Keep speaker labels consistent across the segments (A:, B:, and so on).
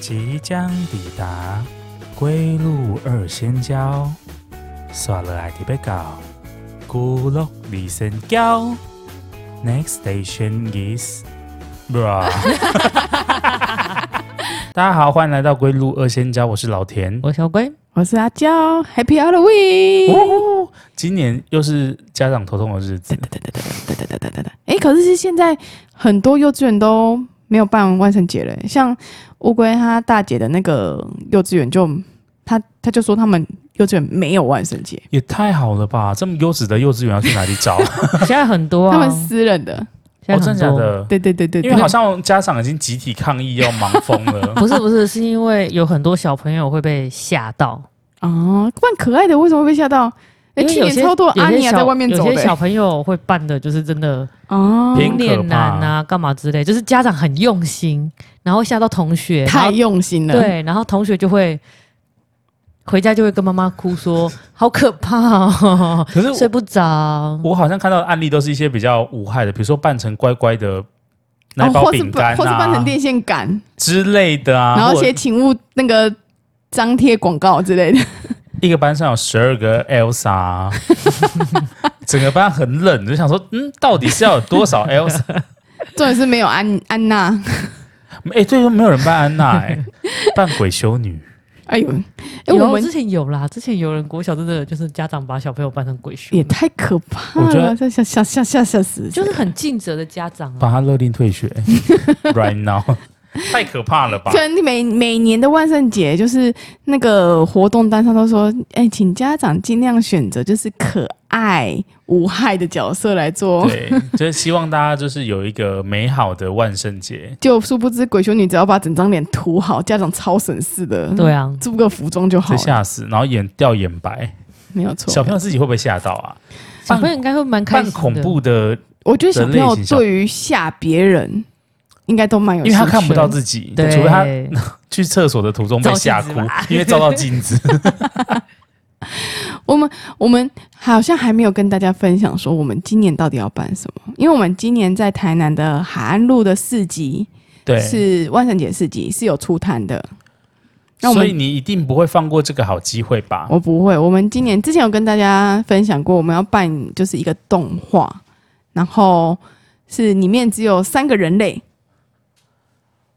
A: 即将抵达归路二仙交，刷了爱迪贝高，孤落二仙交。Next station is bra 。大家好，欢迎来到归路二仙交，我是老田。
B: 我小龟，
C: 我是阿娇，Happy Halloween！
A: 哦，今年又是家长头痛的日子，
C: 哎、可是是现在很多幼稚园都没有办万圣节了，像乌龟他大姐的那个幼稚园就他他就说他们幼稚园没有万圣节，
A: 也太好了吧！这么优质的幼稚园要去哪里 找？哦，
B: 现在很多
C: 他
B: 啊，
C: 们私人的，
B: 现在
A: 真的假
B: 很多。
A: 的？
C: 对对对对
A: 因
C: 对，
A: 为好像家长已经集体抗议要忙疯 了。
B: 不是不是，是因为有很多小朋友会被吓到，
C: 哦，蛮可爱的，为什么会被吓到？哎、
B: 因为
C: 去
B: 有
C: 年
B: 些
C: 超多阿
B: 有些
C: 尼亚
B: 小
C: 在外面走
B: 有
C: 的、
B: 些小朋友会扮的，就是真的
C: 哦，
A: 偏可怕
B: 脸难啊，干嘛之类，就是家长很用心，然后吓到同学，
C: 太
B: 然后
C: 用心了，，
B: 对，然后同学就会回家就会跟妈妈哭说，好可怕 哦，
A: 可是
B: 睡
A: 我
B: 不
C: 嗯
B: 着。
A: 我好像看到的案例都是一些比较无害的，比如说扮成乖乖的奶
C: 哦，
A: 包
C: 或是
A: 饼干
C: 或是扮
A: 啊
C: 成电线杆，
A: 之类的啊。
C: 然后
A: 或
C: 写请勿那个张贴广告之类的。
A: 一个班上有十二个 Elsa，啊整个班很冷，就想说，嗯，到底是要有多 少 Elsa？
C: 重点是没有安安娜，
A: 哎、最后没有人扮安娜、 哎，扮鬼修女。
C: 哎呦，哎、
B: 有
C: 我们
B: 之前有啦，之前有人国小真的就是家长把小朋友扮成鬼熊
C: 也，太可怕
A: 我觉得
C: 了，这吓吓吓吓吓死！
B: 就是很尽责的家长啊
A: 把。他勒令退学 ，right now，太 可怕了吧？
C: 虽然每每年的万圣节，就是那个活动单上都说，哎、请家长尽量选择就是可爱无害的角色来做，
A: 对，就是希望大家就是有一个美好的万圣节。
C: 就殊不知鬼修女只要把整张脸涂好，家长超省事的，
B: 对，啊，
C: 租个服装就好
A: 这
C: 了，
A: 吓死，然后眼掉眼白，
C: 没有
A: 小
C: 错
A: 朋。友自己会不会吓到啊？
B: 小朋友应该会蛮开
A: 扮
B: 心的。
A: 恐怖的，
C: 我觉得小朋
A: 人类
C: 友
A: 形象
C: 对于吓别人应该都蛮有
A: 因
C: 兴
A: 为
C: 趣的，
A: 他看不到自己，
B: 对，
A: 除非他去厕所的途中被吓
B: 照
A: 哭
B: 镜子吧，
A: 因为照到镜子。
C: 我们我们好像还没有跟大家分享说我们今年到底要办什么，因为我们今年在台南的海岸路的市集
A: 对，
C: 是万圣节市集是有出摊的。那我
A: 所以
C: 们
A: 你一定不会放过这个好机会吧？
C: 我不会，我们今年之前有跟大家分享过，我们要办就是一个动画，然后是里面只有三个人类，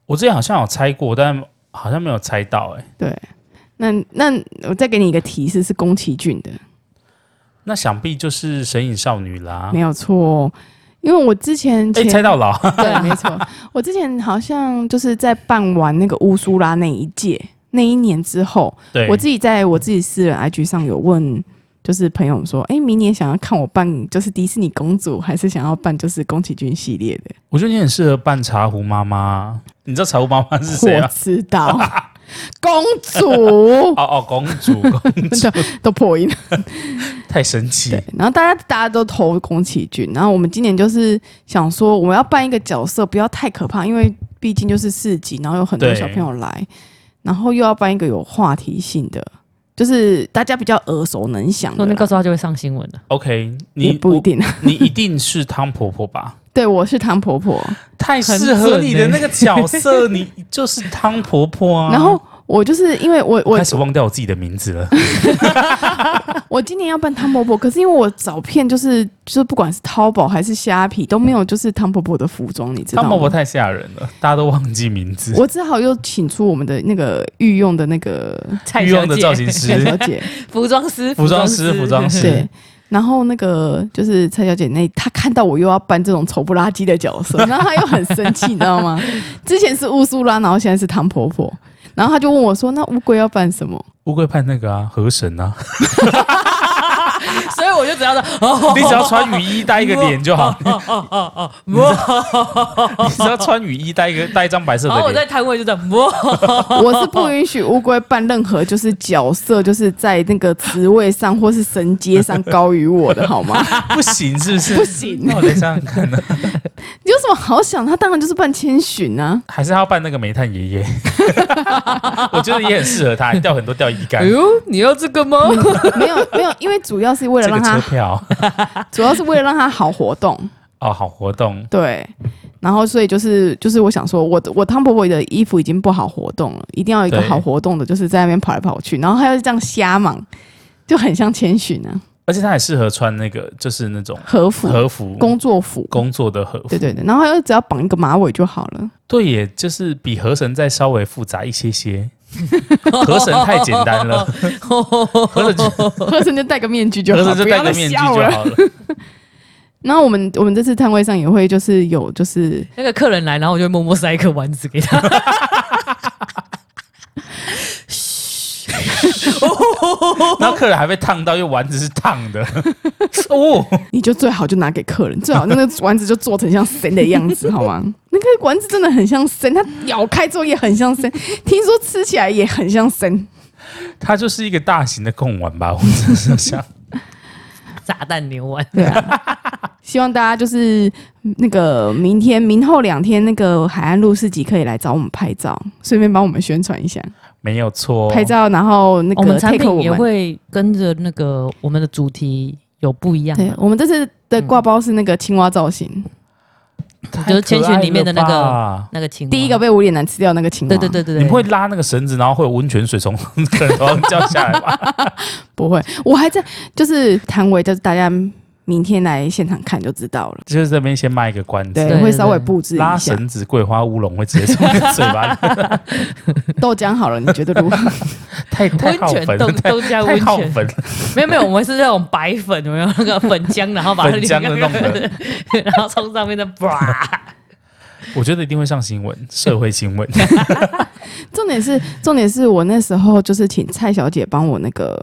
A: 我之前好像有猜过，但好像没有猜到。哎，
C: 对。那那我再给你一个提示，是宫崎骏的。
A: 那想必就是神隐少女啦
C: 没。有错，因为我之前
A: 啊哎，
C: 前、
A: 猜到老，
C: 对，没错，我之前好像就是在办完那个乌苏拉那一届那一年之后，
A: 对，
C: 我自己在我自己私人 IG 上有问。就是朋友说，哎、明年想要看我办就是迪士尼公主，还是想要办就是宫崎骏系列的？
A: 我觉得你很适合扮茶壶妈妈，你知道茶壶妈妈是谁
C: 我
A: 啊？
C: 知 道，公主
A: 哦哦，公主，公主
C: 都破音。
A: 太神奇
C: 对，然后大家大家都投宫崎骏，嗯然后我们今年就是想说，我们要办一个角色，不要太可怕，因为毕竟就是市集，然后有很多
A: 对
C: 小朋友来，然后又要办一个有话题性的，就是大家比较耳熟能详的
B: 说
C: 啦。
B: 那告诉他就会上新闻了。
A: ！OK，
C: 也
A: 啊你
C: 不一，定，
A: 我你一定是汤婆婆吧？
C: 对我是汤婆婆，
A: 太
B: 很
A: 适合
B: 准
A: 你的
B: 欸
A: 那个角色，你就是汤婆婆啊。
C: 然后我就是因为我我
A: 开始忘掉我自己的名字了。
C: 我今年要办汤婆婆，可是因为我找片就是就是不管是淘宝还是虾皮都没有就是汤婆婆的服装，你知道
A: 汤
C: 吗？
A: 婆婆太吓人了，大家都忘记名字。
C: 我只好又请出我们的那个御用的那个
B: 蔡
A: 御
B: 小
A: 用的
B: 姐，
A: 造型
C: 蔡小
A: 师、
C: 姐。
B: 服装师，
A: 服装师、服装师
C: 对，，然后那个就是蔡小姐那，她看到我又要扮这种丑不拉几的 角色，然后她又很生气，你知道吗？之前是乌苏拉，然后现在是唐婆婆，然后她就问我说：“那乌龟要 扮什么
A: 乌龟派那个啊，河神 啊，
B: 所以我就只要说，哦，
A: 你只要穿雨衣带一个脸就 好。
B: 哦哦哦哦，摸，
A: 你只要穿雨衣带一个带一张白色
C: 哦
B: 然后
A: 的
B: 我在
A: 脸，
B: 摊位就这样摸，？”
C: 我是不允许乌龟扮任何就是角色，就是在那个职位上或是神阶上高于我的，好 吗？
A: 不行是不是？
C: 不行
A: 那我再想想看呢，
C: 你有什么好想？她当然就是扮千寻啊。
A: 还是他要扮那个煤炭 爷爷，我觉得也很适合他，掉很多吊衣杆
B: 哎。呦，你要这个吗？
C: 没有没有，因为主要是为了
A: 这
C: 让
A: 个车
C: 她，
A: 票
C: 主要是为了让她好活动。
A: 哦，好活动，
C: 对，然后所以就是就是我想说，我的我汤婆婆的衣服已经不好活动了，一定要有一个
A: 对
C: 好活动的，就是在那边跑来跑去，然后她又是这样瞎忙，就很像千寻啊，
A: 而且他也适合穿那个就是那种
C: 和服、
A: 和服
C: 工作服，
A: 工作的和服，
C: 对对对，然后她又只要绑一个马尾就好了。
A: 对也就是比河神再稍微复杂一些 些，河神太简单了，河神就
C: 合成就戴个面具就好，
A: 河神就戴个面具就
C: 不要再笑了。
A: 好了。
C: 然后我们我们这次摊位上也会就是有就是
B: 那个客人来，然后我就会默默塞一颗丸子给他。
A: 然后客人还被烫到，因为丸子是烫的。 哦，
C: 你就最好就拿给客人，最好那个丸子就做成像神的样子，好 吗？那个丸子真的很像神，它咬开之后也很像神，听说吃起来也很像神。
A: 它就是一个大型的贡丸吧，我只是想。
B: 炸弹牛丸，
C: 对啊，希望大家就是嗯那个明天、明后两天那个海岸路市集可以来找我们拍照，顺便帮我们宣传一下
A: 没有错，
C: 拍照，然后那
B: 我
C: 个
B: 们产
C: take 我
B: 品也
C: 们。
B: 会跟着那个我们的主题有不一样嗯
C: 对
B: 的，
C: 我们这次的挂包是那个青蛙造型，
A: 太
B: 就是千寻里面的那个
A: 可爱了吧
B: 那个情况
C: 第一个，被无脸男吃掉那个青蛙，
B: 对对对对对，
A: 你不会拉那个绳子，然后会有温泉水从 客人头上掉下来 吧？
C: 不会，我还在就是摊位，就是大家明天来现场看就知道了。
A: 就是这边先卖一个关子。
C: 对，
B: 对
C: 会稍微布置一
A: 拉
C: 下
A: 绳子，桂花乌龙会直接从你的嘴巴里，
C: 豆浆好了，你觉得如何？
A: 太太好
B: 温泉
A: 粉
B: 豆
A: 了，太
B: 豆浆
A: 太
B: 温
A: 好
B: 泉，
A: 粉了，
B: 没有没有，我们是那种白粉，有没有那个粉浆，然后把它
A: 粉浆的弄的，
B: 然后从上面的啪，
A: 我觉得一定会上新 闻，社会新闻。
C: 重点是，重点是我那时候就是请蔡小姐帮我那个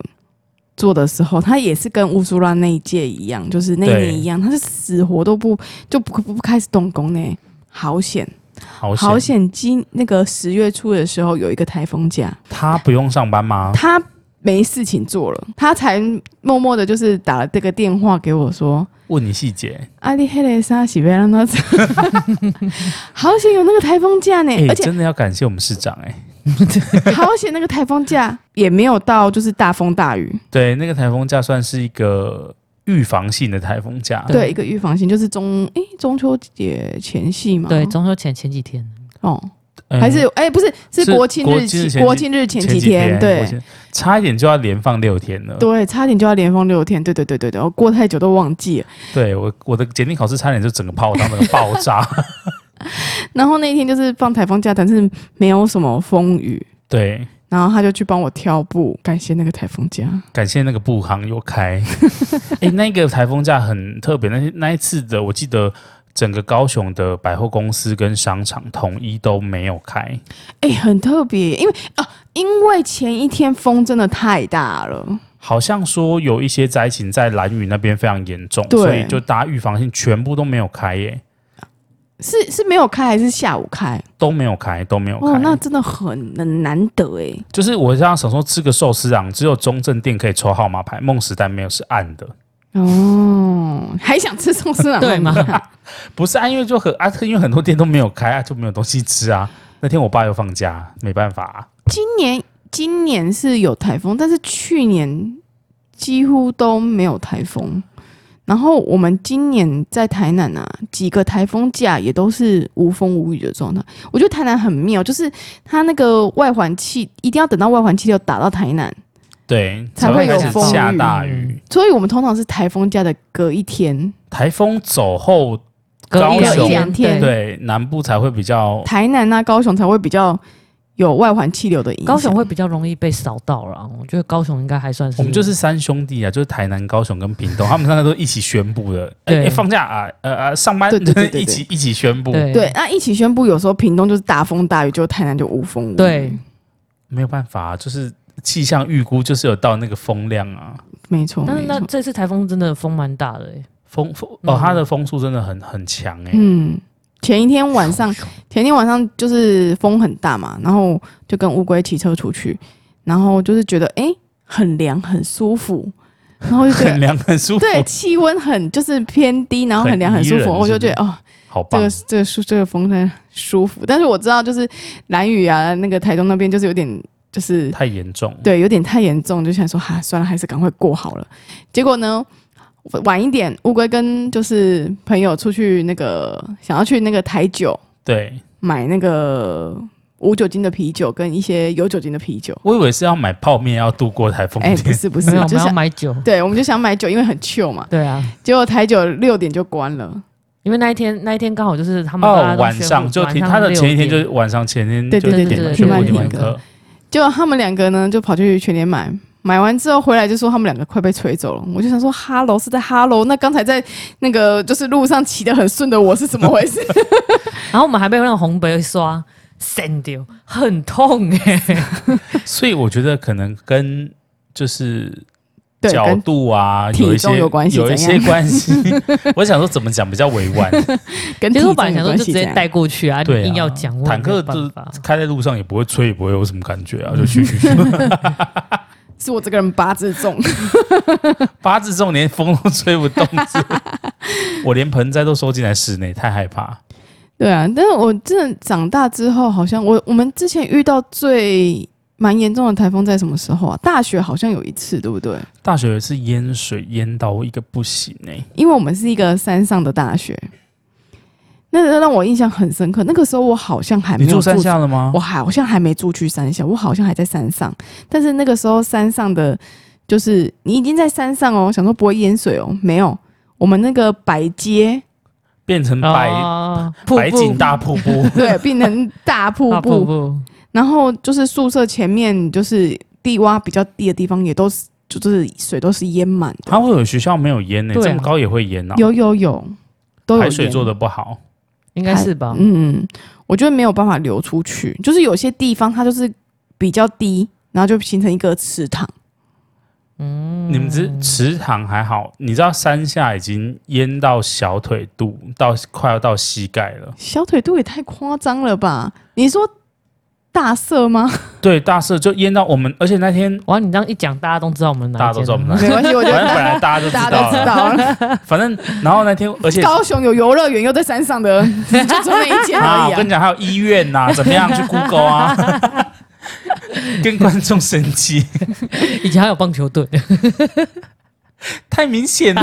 C: 做的时候，她也是跟乌苏拉那一届一样，就是那一
A: 对
C: 年一样，她是死活都不就不不不开始动工呢。好险，
A: 好
C: 好
A: 险，
C: 险！今那个十月初的时候有一个台风假，
A: 他不用上班吗？
C: 她没事情做了，她才默默的就是打了这个电话给我说，啊
A: 问你细节，
C: 阿里黑雷莎喜贝让他走， 好险有那个台风假呢，
A: 哎，
C: 而且
A: 真的要感谢我们市长哎。
C: 好险那个台风假也没有到就是大风大雨，
A: 对，那个台风假算是一个预防性的台风假，
C: 对，一个预防性就是中诶中秋节前夕嘛，
B: 对，中秋前前几天，
C: 哦，
A: 嗯
C: 还是诶不是是
A: 是
C: 国庆
A: 国
C: 日
A: 庆日
C: 起
A: 前
C: 国
A: 几
C: 庆日前
A: 前
C: 几
A: 天
C: 天，对
A: 国庆差一点就要连放六天了。
C: 对，差点就要连放六天，对对对对对，我过太久都忘记了。
A: 对我我的检定考试差点就整个泡汤，那个爆 炸。
C: 然后那一天就是放台风假，但是没有什么风雨，
A: 对，
C: 然后他就去帮我挑布，感谢那个台风假。
A: 感谢那个布行有 开。哎、那个台风假很特别，那那一次的我记得。整个高雄的百货公司跟商场统一都没有开，
C: 哎、很特别，因为啊，因为前一天风真的太大了，
A: 好像说有一些灾情在兰屿那边非常严重，
C: 对
A: 所以就大家预防性全部都没有开耶、
C: 是是没有开还是下午开？
A: 都没有开，都没有开。
C: 哦，那真的很很难得哎。
A: 就是我这样想说，吃个寿司郎只有中正店可以抽号码牌，梦时代没有是暗的，
C: 哦，还想吃寿司郎？
B: 对嘛？
A: 不是啊，因为就很啊，因为很多店都没有开啊，就没有东西吃啊。那天我爸又放假，没办法、啊。
C: 今年今年是有台风，但是去年几乎都没有台风。然后我们今年在台南啊，几个台风假也都是无风无雨的状态。我觉得台南很妙，就是它那个外环气一定要等到外环气流打到台南，
A: 对，
C: 才
A: 会
C: 会有
A: 开始
C: 风
A: 下
C: 雨
A: 大
B: 嗯
A: 雨，
C: 所以我们通常是台风假的隔一天，
A: 台风走后，
B: 嗯隔一
A: 高雄
B: 两天，
A: 对南部才会比较
C: 台南啊、高雄才会比较有外环气流的影响。
B: 高雄会比较容易被扫到了，我觉得高雄应该还算是，
A: 我们就是三兄弟啊，就是台南、高雄跟屏 东，他们三个都一起宣布的，哎、
B: 对
A: 哎放假啊，呃呃，上班
C: 对对对对 对
A: 一起一起宣布，
B: 对
C: 对，那一起宣布，有时候屏东就是大风大雨，就台南就无风无雨。
B: 对，
A: 没有办法、啊，就是气象预估就是有到那个风量啊，
C: 没错，
B: 但是
C: 没
B: 那
C: 错。
B: 这次台风真的风蛮大的、欸，
A: 风风
B: 嗯
A: 哦，它的风速真的很很强哎、
C: 嗯，前一天晚上，前一天晚上就是风很大嘛，然后就跟乌龟骑车出去，然后就是觉得诶很凉很舒服，然后就觉
A: 很
C: 得
A: 凉很舒服，
C: 对气温很就是偏低，然后很凉
A: 很
C: 很
A: 宜
C: 舒服，
A: 人
C: 我就是
A: 不
C: 觉
A: 是
C: 得哦，
A: 好
C: 这
A: 棒
C: 个。这个舒这个风真的舒服。但是我知道就是蓝雨啊，那个台东那边就是有点就是
A: 太严重，
C: 对，有点太严重，就想说哈、算了，还是赶快过好了。结果呢，晚一点，乌龟跟就是朋友出去那个想要去那个台酒
A: 对，
C: 买那个无酒精的啤酒跟一些有酒精的啤酒。
A: 我以为是要买泡面要度过台风
C: 哎、
A: 天，
C: 不是不是
B: 欸没有，我，
C: 就
B: 们
C: 是
B: 要买酒。
C: 对，我们就想买酒，因为很 chill 嘛。
B: 对啊，
C: 结果台酒六点就关了，
B: 因为那一天那一天刚好就是他们大家
A: 哦，
B: 都
A: 晚
B: 宣布
A: 上就停，
B: 晚
A: 他的前一天就
B: 6
A: 是晚上前天
C: 对
A: 就
B: 对
A: 是
B: 对
A: 停
B: 对
A: 全部
B: 对
A: 停完呃
C: 对
A: 课，
C: 结果他们两个呢就跑去全联买，买完之后回来就说他们两个快被吹走了。我就想说，哈喽是在哈喽，那刚才在那个就是路上骑得很顺的我是怎么回事？
B: 点，然后我们还被那个红白刷扇掉，很痛哎、
A: 所以我觉得可能跟就是
C: 对，
A: 角
C: 跟
A: 度啊
C: 体
A: 有一
C: 重
A: 些
C: 有关系
A: 有一
C: 怎
A: 些
C: 样
A: 关 系。我想说怎么讲比较委婉，
C: 跟
B: 其
C: 体
B: 实
C: 重
B: 我
C: 有
B: 本来想说
C: 关
B: 就
C: 系这
B: 直接
C: 样。
B: 带过去啊，
A: 对啊
B: 硬要讲，我也
A: 坦
B: 没有
A: 克
B: 办
A: 就
B: 法。
A: 开在路上也不会吹，也不会有什么感觉啊，就 去去去。
C: 是我这个人八字重，
A: 八字重连风都吹不动，我连盆栽都收进来室内，太害怕。
C: 对啊，但是我真的长大之后，好像我我们之前遇到最蛮严重的台风在什么时候啊？大学好像有一次，对不对？
A: 大学是淹水淹到一个不行哎、
C: 因为我们是一个山上的大学，那个让我印象很深刻。那个时候我好像还没
A: 你
C: 有
A: 住山下了吗
C: 我？好像还没住去山下，我好像还在山上。但是那个时候山上的就是你已经在山上哦，想说不会淹水哦，没有。我们那个百街，，
A: 变成白、
B: 哦瀑
A: 白景大瀑布
C: 对，变成 大瀑
B: 大
C: 布
B: 瀑，布，
C: 然后就是宿舍前面就是地洼比较低的地方，也都是就是水都是淹满的。
A: 它会有学校没有淹呢、
B: 对啊
A: 这么高也会淹啊。
C: 有有有，都有
A: 排水
C: 淹
A: 做的不好，
B: 应该是吧？
C: 嗯，我觉得没有办法流出去，就是有些地方它就是比较低，然后就形成一个池塘。
B: 嗯，
A: 你们只池塘还好，你知道山下已经淹到小腿肚，到快要到膝盖了。
C: 小腿肚也太夸张了吧？你说大色 吗？
A: 对，大社就淹到我们，而且那 天
B: 哇，你这样一讲，大家都知道我们哪一
A: 大家都
B: 间
A: 知道我们
B: 了
A: 哪
C: 没关系，我觉
A: 反正
C: 得
A: 本来大家都知
C: 大家都
A: 道
C: 知
A: 了，
C: 道了。
A: 反正然后 那天，而且
C: 高雄有游乐园，又在山上的，就就那一 间
A: 啊，
C: 而
A: 我跟
C: 已
A: 你讲，还有医院 呐、怎么样去 Google 啊？跟观众生 气，
B: 以前还有棒球队，
A: 太明显了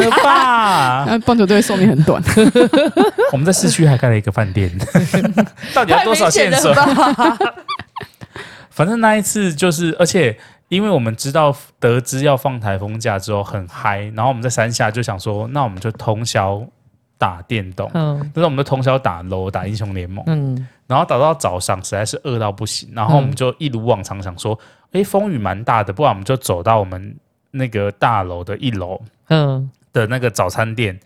A: 吧？
C: 啊。 那棒球队寿命很 短，
A: 我们在市区还盖了一个饭 店，到底要多少线索？反正那一次就是，而且因为我们知道得知要放台风假之后很嗨，然后我们在山下就想说，那我们就通宵打电动，
B: 嗯
A: 但是我们就通宵打 LO 打英雄联盟，
B: 嗯，
A: 然后打到早上实在是饿到不行，然后我们就一如往常想说，诶，风雨蛮大的，不然我们就走到我们那个大楼的一楼
B: 嗯
A: 的那个早餐店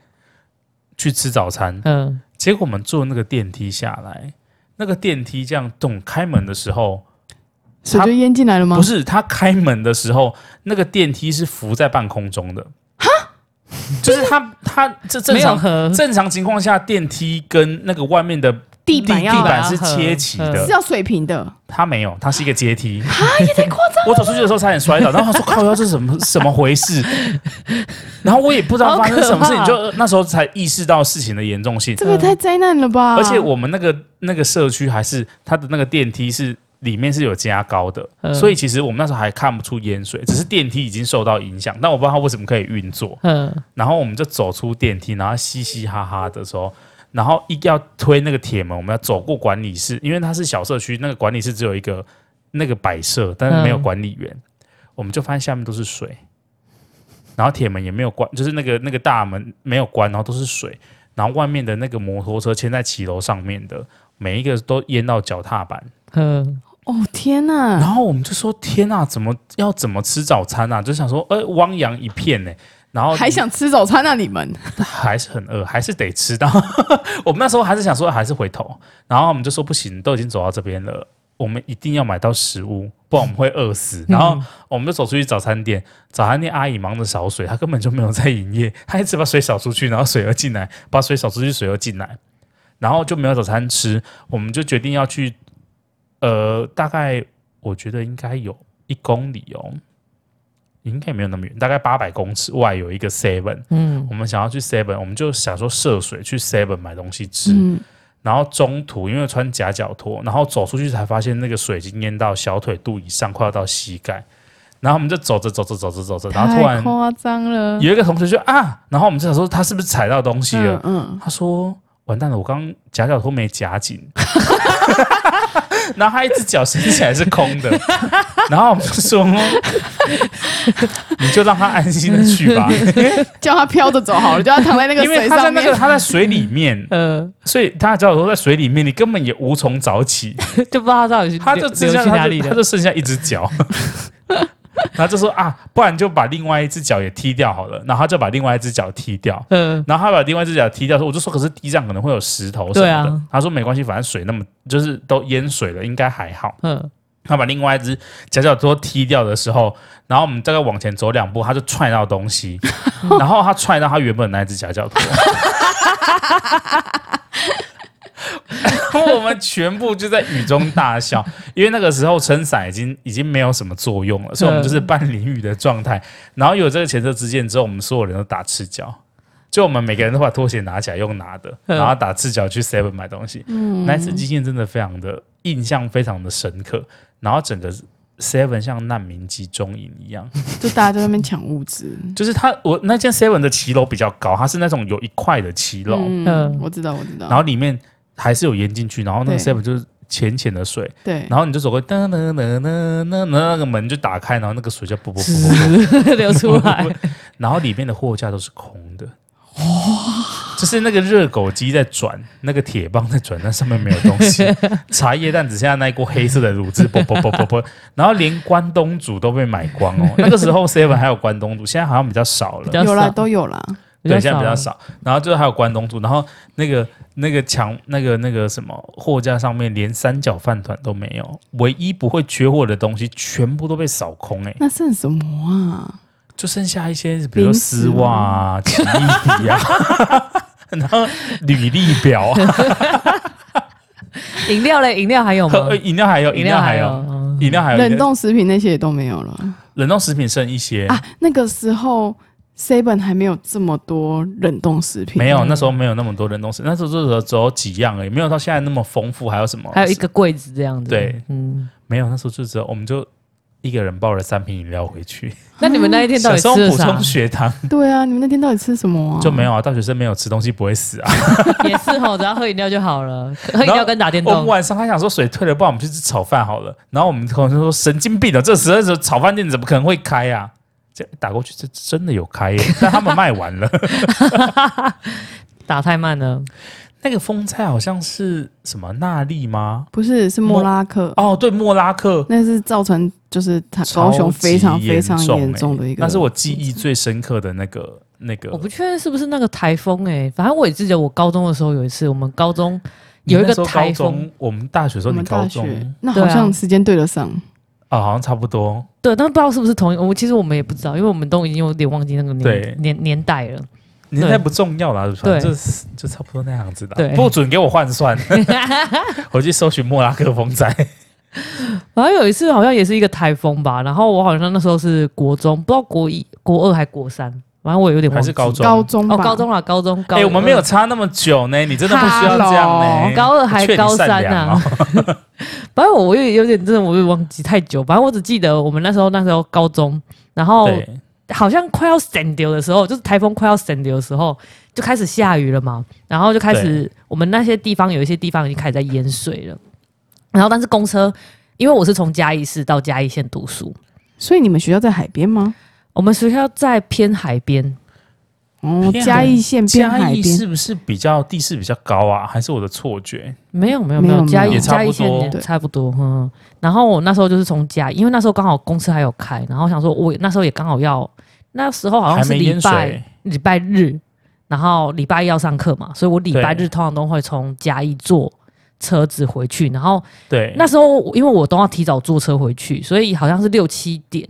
A: 去吃早餐。
B: 嗯，
A: 结果我们坐那个电梯下来，那个电梯这样动开门的时候，
C: 水就淹进来了吗？
A: 不，是它开门的时候，那个电梯是浮在半空中的。就是它它这正
B: 没有
A: 常
B: 和
A: 正常情况下，电梯跟那个外面的
C: 地
A: 地
C: 板要
A: 板是
B: 要合
A: 切齐
B: 嗯
A: 的
C: 是，要水平的。
A: 它没有，它是一个阶梯。啊，也太夸张！我走出去的时候差点摔倒，然后他说：“靠腰，这是什么什么回事？”然后我也不知道发生什么事情，
B: 好可怕
A: 就那时候才意识到事情的严重性
C: 这。个也太灾难了吧！
A: 而且我们那个那个社区还是它的那个电梯是里面是有加高的，
B: 嗯
A: 所以其实我们那时候还看不出淹水，只是电梯已经受到影响。但我不知道它为什么可以运作。
B: 嗯
A: 然后我们就走出电梯，然后嘻嘻哈哈的时候，然后一要推那个铁门，我们要走过管理室，因为它是小社区，那个管理室只有一个那个摆设，但是没有管理员，我们就发现下面都是水，然后铁门也没有关，就是那个那个大门没有关，然后都是水，然后外面的那个摩托车牵在骑楼上面的。每一个都淹到脚踏板，
B: 嗯，
C: 哦天
A: 然
C: 呐，
A: 后我们就说：“天啊，怎么要怎么吃早餐啊？”就想说：“呃，汪洋一片呢、然后
C: 还想吃早餐啊你们？
A: 还是很饿，还是得吃到。 我们那时候还是想说还是回头，然后我们就说不行，都已经走到这边了，我们一定要买到食物，不然我们会饿死。然后我们就走出去早餐店，早餐店阿姨忙着扫水，她根本就没有在营业，她一直把水扫出去，然后水又进来，把水扫出去，水又进来，然后就没有早餐吃，我们就决定要去，呃，大概我觉得应该有一公里哦。应该没有那么远，大概八百公尺外有一个 Seven，
B: 嗯
A: 我们想要去 Seven，我们就想说涉水去 Seven 买东西吃，
C: 嗯，
A: 然后中途因为穿夹脚拖，然后走出去才发现那个水已经淹到小腿肚以上，快要到膝盖。然后我们就走着走着走着走着，然后突
C: 太
A: 然
C: 夸张了，
A: 有一个同学就啊，然后我们就想说他是不是踩到东西了？
C: 嗯
A: 他说完蛋了，我刚夹脚拖没夹紧， 然后他一只脚伸起来是空的，然后我们就说你就让他安心的去吧，
C: 嗯，叫他飘着走好了，叫他躺在 那个
A: 因为
C: 水
A: 他在
C: 上
A: 那
C: 面
A: 个。他在水里面，
B: 呃，
A: 所以他的脚拖在水里面，你根本也无从找 起，
B: 就不知道他到底是
A: 他就
B: 流
A: 只
B: 流
A: 剩下
B: 去哪
A: 他
B: 里
A: 就
B: 了
A: 他。就剩下一只 脚。然后就说啊，不然就把另外一只脚也踢掉好了。然后他就把另外一只脚踢掉，
B: 嗯，
A: 然后他把另外一只脚踢掉，说我就说可是地上可能会有石头什么
B: 对
A: 的，
B: 啊
A: 他说没关系，反正水那么就是都淹水了，应该还好。
B: 嗯，
A: 他把另外一只夹脚拖踢掉的时候，然后我们大概往前走两步，他就踹到东西，然后他踹到他原本那一只夹脚拖。我们全部就在雨中大笑，因为那个时候撑伞已经已经没有什么作用了，所以我们就是半淋雨的状态。然后有这个前车之鉴之后，我们所有人都打赤脚，就我们每个人都把拖鞋拿起来用拿的，
B: 嗯
A: 然后打赤脚去 Seven 买东西。那一次经验真的非常的印象非常的深刻，然后整个 Seven 像难民集中营一样，
C: 就大家在那边抢物资。
A: 就是它我那间 Seven 的骑楼比较高，它是那种有一块的骑楼，
B: 嗯
C: 嗯，我知道，我知
A: 然
C: 道。
A: 后里面还是有淹进去，然后那个
C: 对
A: Seven 就是浅浅的水，
C: 对，
A: 然后你就走过去噔噔噔噔噔噔，那个门就打开，然后那个水就啵啵啵啵啵
B: 是流出来。
A: 然后里面的货架都是空的。就是那个热狗机在转，那个铁棒在转，那上面没有东 西。茶叶蛋只剩下那一锅黑色的卤汁，啵啵啵啵啵。然后连关东煮都被买光 哦。那个时候 Seven 还有关东煮，现在好像比较少了
B: 比。较
C: 有啦，
B: 少
C: 都有啦。
A: 对，现在比较少。然后就是还有关东煮，然后那个那个墙那个那个什么货架上面连三角饭团都没有，唯一不会缺货的东西全部都被扫空哎、
C: 那剩什么啊？
A: 就剩下一些，比如说
C: 零
A: 丝
C: 食
A: 袜啊、奇异笔啊， 然后履历表啊，
B: 饮料嘞，饮料还有吗？
A: 喝 饮料还有，饮料还有，
B: 嗯
A: 饮料还有
C: 冷冻食品那些也都没有了
A: 冷冻食品剩一些，
C: 啊。那个时候 Seven 还没有这么多冷冻食品，
A: 没有，那时候没有那么多冷冻食，那时候就只有只有几样而已，没有到现在那么丰富，还有什么？
B: 还有一个柜子这样子。
A: 对，
B: 嗯，
A: 没有，那时候就只有我们就。一个人抱了三瓶饮料回去，
B: 那你们那一天到
A: 小
B: 底
A: 时候
B: 吃了
A: 补
B: 啥
A: 充？血糖
C: 对啊，你们那天到底吃什么啊？
A: 就没
B: 哦
A: 有啊。大学生没有吃东西不会死啊。
B: 也是吼，只要喝饮料就好了，喝饮料跟打电
A: 我们
B: 动。
A: 哦晚上还想说水退了，不然我们去吃炒饭好了。然后我们同事说神经病了，啊这时候这炒饭店怎么可能会开啊？这打过去，这真的有开 耶，但他们卖完了。
B: 打太慢了，
A: 那个风菜好像是什么纳利吗？
C: 不是，是莫拉克，
A: 哦，对，莫拉克，
C: 那是造成就是他高雄非常非常
A: 超级
C: 严
A: 欸
C: 重的一个，
A: 那是我记忆最深刻的那个那个
B: 我。不确定是不是那个台风哎、反正我也记得我高中的时候有一次，我们高中有
A: 你
B: 一
A: 那
B: 个
A: 时候
B: 台
A: 高
B: 风，
A: 中，我们大学时
C: 我
A: 候
C: 们
A: 你高
C: 大
A: 中欸
C: 学那好
B: 对啊
C: 像时间对得上，
A: 啊、好像差不多。
B: 对，但不知道是不是同一，我其实我们也不知道，因为我们都已经有点忘记那个
A: 对
B: 年年年代了。
A: 年代不重要啦，反正
B: 对
A: 就是就差不多那样子的。
B: 对
A: 不准给我换 算，我去搜寻莫拉克风灾。
B: 然后有一次好像也是一个台风吧，然后我好像那时候是国中，不知道国一、国二还国三，反正我有点忘
A: 还
B: 记
A: 是高中？
C: 高中吧，
B: 哦，高中啦，高中 高
A: 哎、
B: 一。
A: 我们没有差那么久呢，你真的不需要这样呢。
B: 高二还
A: 我劝你
B: 高
A: 善
B: 三
A: 良
B: 啊
A: 哦
B: 反正我我也有点真的，我也忘记太久。反正我只记得我们那时候那时候高中，然后
A: 对，
B: 好像快要散掉的时候，就是台风快要散掉的时候，就开始下雨了嘛。然后就开始我们那些地方有一些地方已经开始在淹水了。然后但是公车，因为我是从嘉义市到嘉义县读书，
C: 所以你们学校在海边吗？
B: 我们学校在偏海边，
C: 哦，
A: 偏海
C: 嘉义县
A: 嘉
C: 偏海
A: 义
C: 边，
A: 是不是比较地势比较高啊？还是我的错觉？
B: 没有没有
C: 没
B: 没
C: 有
B: 有，
C: 没有
B: 嘉
A: 也
B: 义
A: 差不
B: 嘉义县
A: 多
B: 也
C: 对
B: 差不多，嗯。然后我那时候就是从嘉义，因为那时候刚好公司还有开，然后想说我那时候也刚好要，那时候好像
A: 还
B: 是
A: 没
B: 礼
A: 淹
B: 拜
A: 水，
B: 礼拜日，然后礼拜一要上课嘛，所以我礼拜
A: 对
B: 日通常都会从嘉义坐车子回去，然后
A: 对，
B: 那时候因为我都要提早坐车回去，所以好像是六七点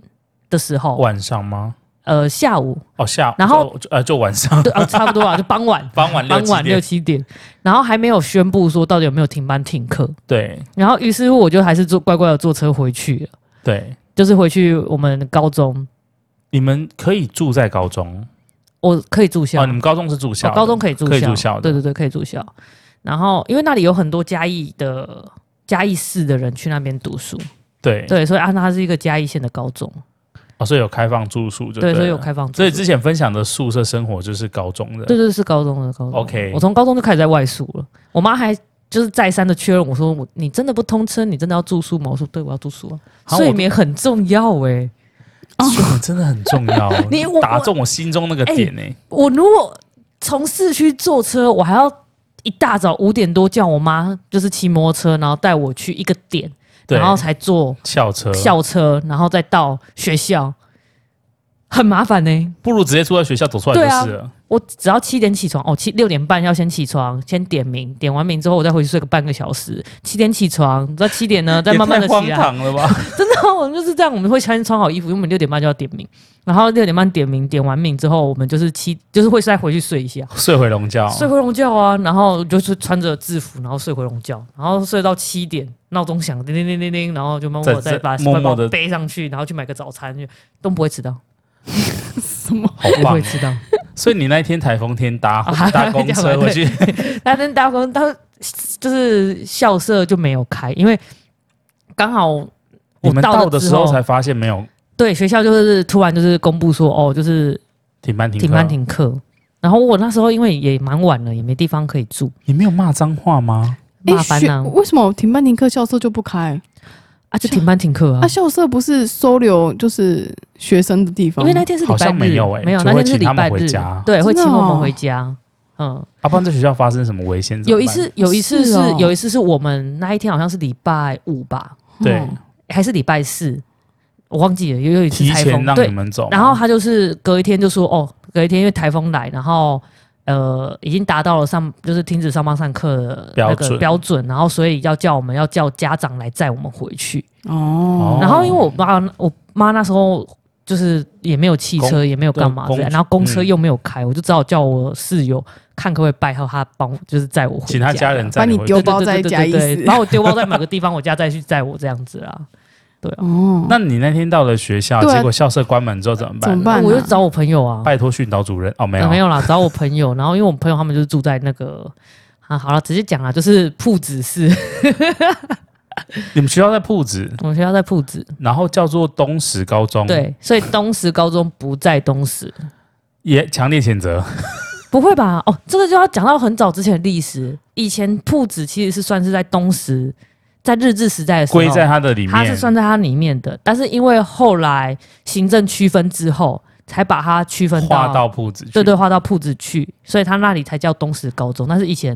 B: 的时候，
A: 晚上吗？
B: 呃，下午
A: 哦，下午，
B: 然后
A: 就就呃，就晚上，。
B: 对啊，差不多啊，就傍晚
A: 傍晚 六
B: 傍
A: 七
B: 晚六
A: 点，
B: 七点，然后还没有宣布说到底有没有停班停课，
A: 对
B: 然后于是乎我就还是坐乖乖的坐车回去了，
A: 对。
B: 就是回去我们高中，
A: 你们可以住在高中
B: 我可以住校，
A: 哦，你们高中是住校
B: 哦
A: 的，
B: 高中可以住校，
A: 可以住校的
B: 对对对，可以住校。然后因为那里有很多嘉义的嘉义市的人去那边读书，
A: 对
B: 对，所以啊，那它是一个嘉义县的高中，
A: 哦，所以有开放住宿就
B: 对，
A: 了
B: 所以有开放住宿。
A: 所以之前分享的宿舍生活就是高中的，
B: 对对是高中的高中的。
A: OK
B: 我从高中就开始在外宿了，我妈还。就是再三的确认我说我你真的不通车，你真的要住宿吗？我说对，我要住宿啊。
A: 好
B: 睡眠很重要哎、
A: 睡真的很重要，
B: 哦 你我
A: 打中我心中那个
B: 哎
A: 点呢。
B: 我如果从市区坐车，我还要一大早五点多叫我妈，就是骑摩托车，然后带我去一个点，
A: 对，
B: 然后才坐
A: 校车，
B: 校车，然后再到学校，很麻烦呢、
A: 不如直接住在学校走出来
B: 啊
A: 就是了。
B: 我只要七点起床，哦，七六点半要先起床，先点名，点完名之后我再回去睡个半个小时。七点起床，到七 点呢，再慢啊慢的
A: 也太荒
B: 起来。
A: 唐了 吧？
B: 真的，我们就是这样，我们会先穿好衣服，因为我们六点半就要点名，然后六点半点名，点完名之后，我们就是七，就是会再回去睡一下。
A: 睡回笼觉，
B: 睡回笼觉啊，然后就是穿着制服，然后睡回笼觉，然后睡到七点，闹钟响，叮叮叮叮叮，然后就默默地
A: 再
B: 再把
A: 再默默地
B: 快包背上去，然后去买个早餐，就都不会迟到，
A: 好
B: 不
A: 棒
B: 会！迟到。
A: 所以你那一天台风天搭
B: 啊
A: 搭公车回去，
B: 但是大工到就是校舍就没有开，因为刚好
A: 你们
B: 我到
A: 到
B: 了
A: 的
B: 之
A: 时候
B: 后
A: 才发现没有
B: 对学校就是突然就是公布说哦，就是
A: 停班停课
B: 停班，停课。然后我那时候因为也蛮晚了，也没地方可以住，
A: 你没有骂脏话吗？
B: 麻烦
C: 学
B: 啊
C: 为什么停班停课校舍就不开？
B: 啊，就停班停课啊
C: 啊，，校舍不是收留就是学生的地方
B: 因
C: 吗？
B: 为那天是礼
A: 嗯好
B: 拜日，
A: 像没有欸
B: 没有
A: 就
B: 那
A: 会
B: 天是
A: 请
B: 礼
A: 他们
B: 拜
A: 回
B: 日
A: 家，
B: 对，会
C: 真
B: 请
C: 的
B: 我
C: 哦
B: 们回家。嗯，
A: 啊，不然在学校发生什么危险？怎么
B: 有一
A: 办
B: 次，有一次
C: 是
B: 是
C: 哦
B: 有一次是我们那一天好像是礼拜五吧，
A: 对
C: 嗯
B: 还是礼拜四，我忘记了，有有一次
A: 提
B: 台
A: 前
B: 风，
A: 让你
B: 对，
A: 们走吗，
B: 然后他就是隔一天就说哦，隔一天因为台风来，然后。呃，已经达到了上就是停止上班上课的那
A: 标
B: 个
A: 准
B: 标准，然后所以要叫我们要叫家长来载我们回去。
C: 哦，
B: 然后因为我爸我妈那时候就是也没有汽车，
A: 公
B: 也没有干嘛
A: 对
B: 这
A: 公
B: 样，然后公车
A: 嗯
B: 又没有开，我就只好叫我室友看可不可以拜托他帮我，就是载我回
A: 请他家人载
B: 载，
C: 把你
A: 回去
C: 丢包在
B: 对对
C: 家
B: 对
C: 意
B: 对
C: 思
B: 对对把我丢包在某个地方，我家再去载我这样子啦。
C: 哦，
A: 那你那天到了学校，
C: 对啊
A: 结果校舍关门之后怎么
C: 怎
A: 办
C: 么？办啊
B: 我就找我朋友啊，
A: 拜托训导主任哦，没
B: 呃
A: 有
B: 没有啦，找我朋友，然后因为我朋友他们就是住在那个。啊，好了，直接讲啦，就是铺子市，
A: 你们学校在铺子，
B: 我们学校在铺子，
A: 然后叫做东石高中，，
B: 对，所以东石高中不在东石，
A: 也强烈谴 责。
B: 不会吧？哦，这个就要讲到很早之前的历史。以前铺子其实是算是在东石，在日治时代的时候，
A: 归在它的里
B: 它哦是
A: 面，
B: 算在它里面的。但是因为后来行政区分之后，才把它区分
A: 划到铺子去。
B: 对对，划到铺子去，所以它那里才叫东石高中。但是以前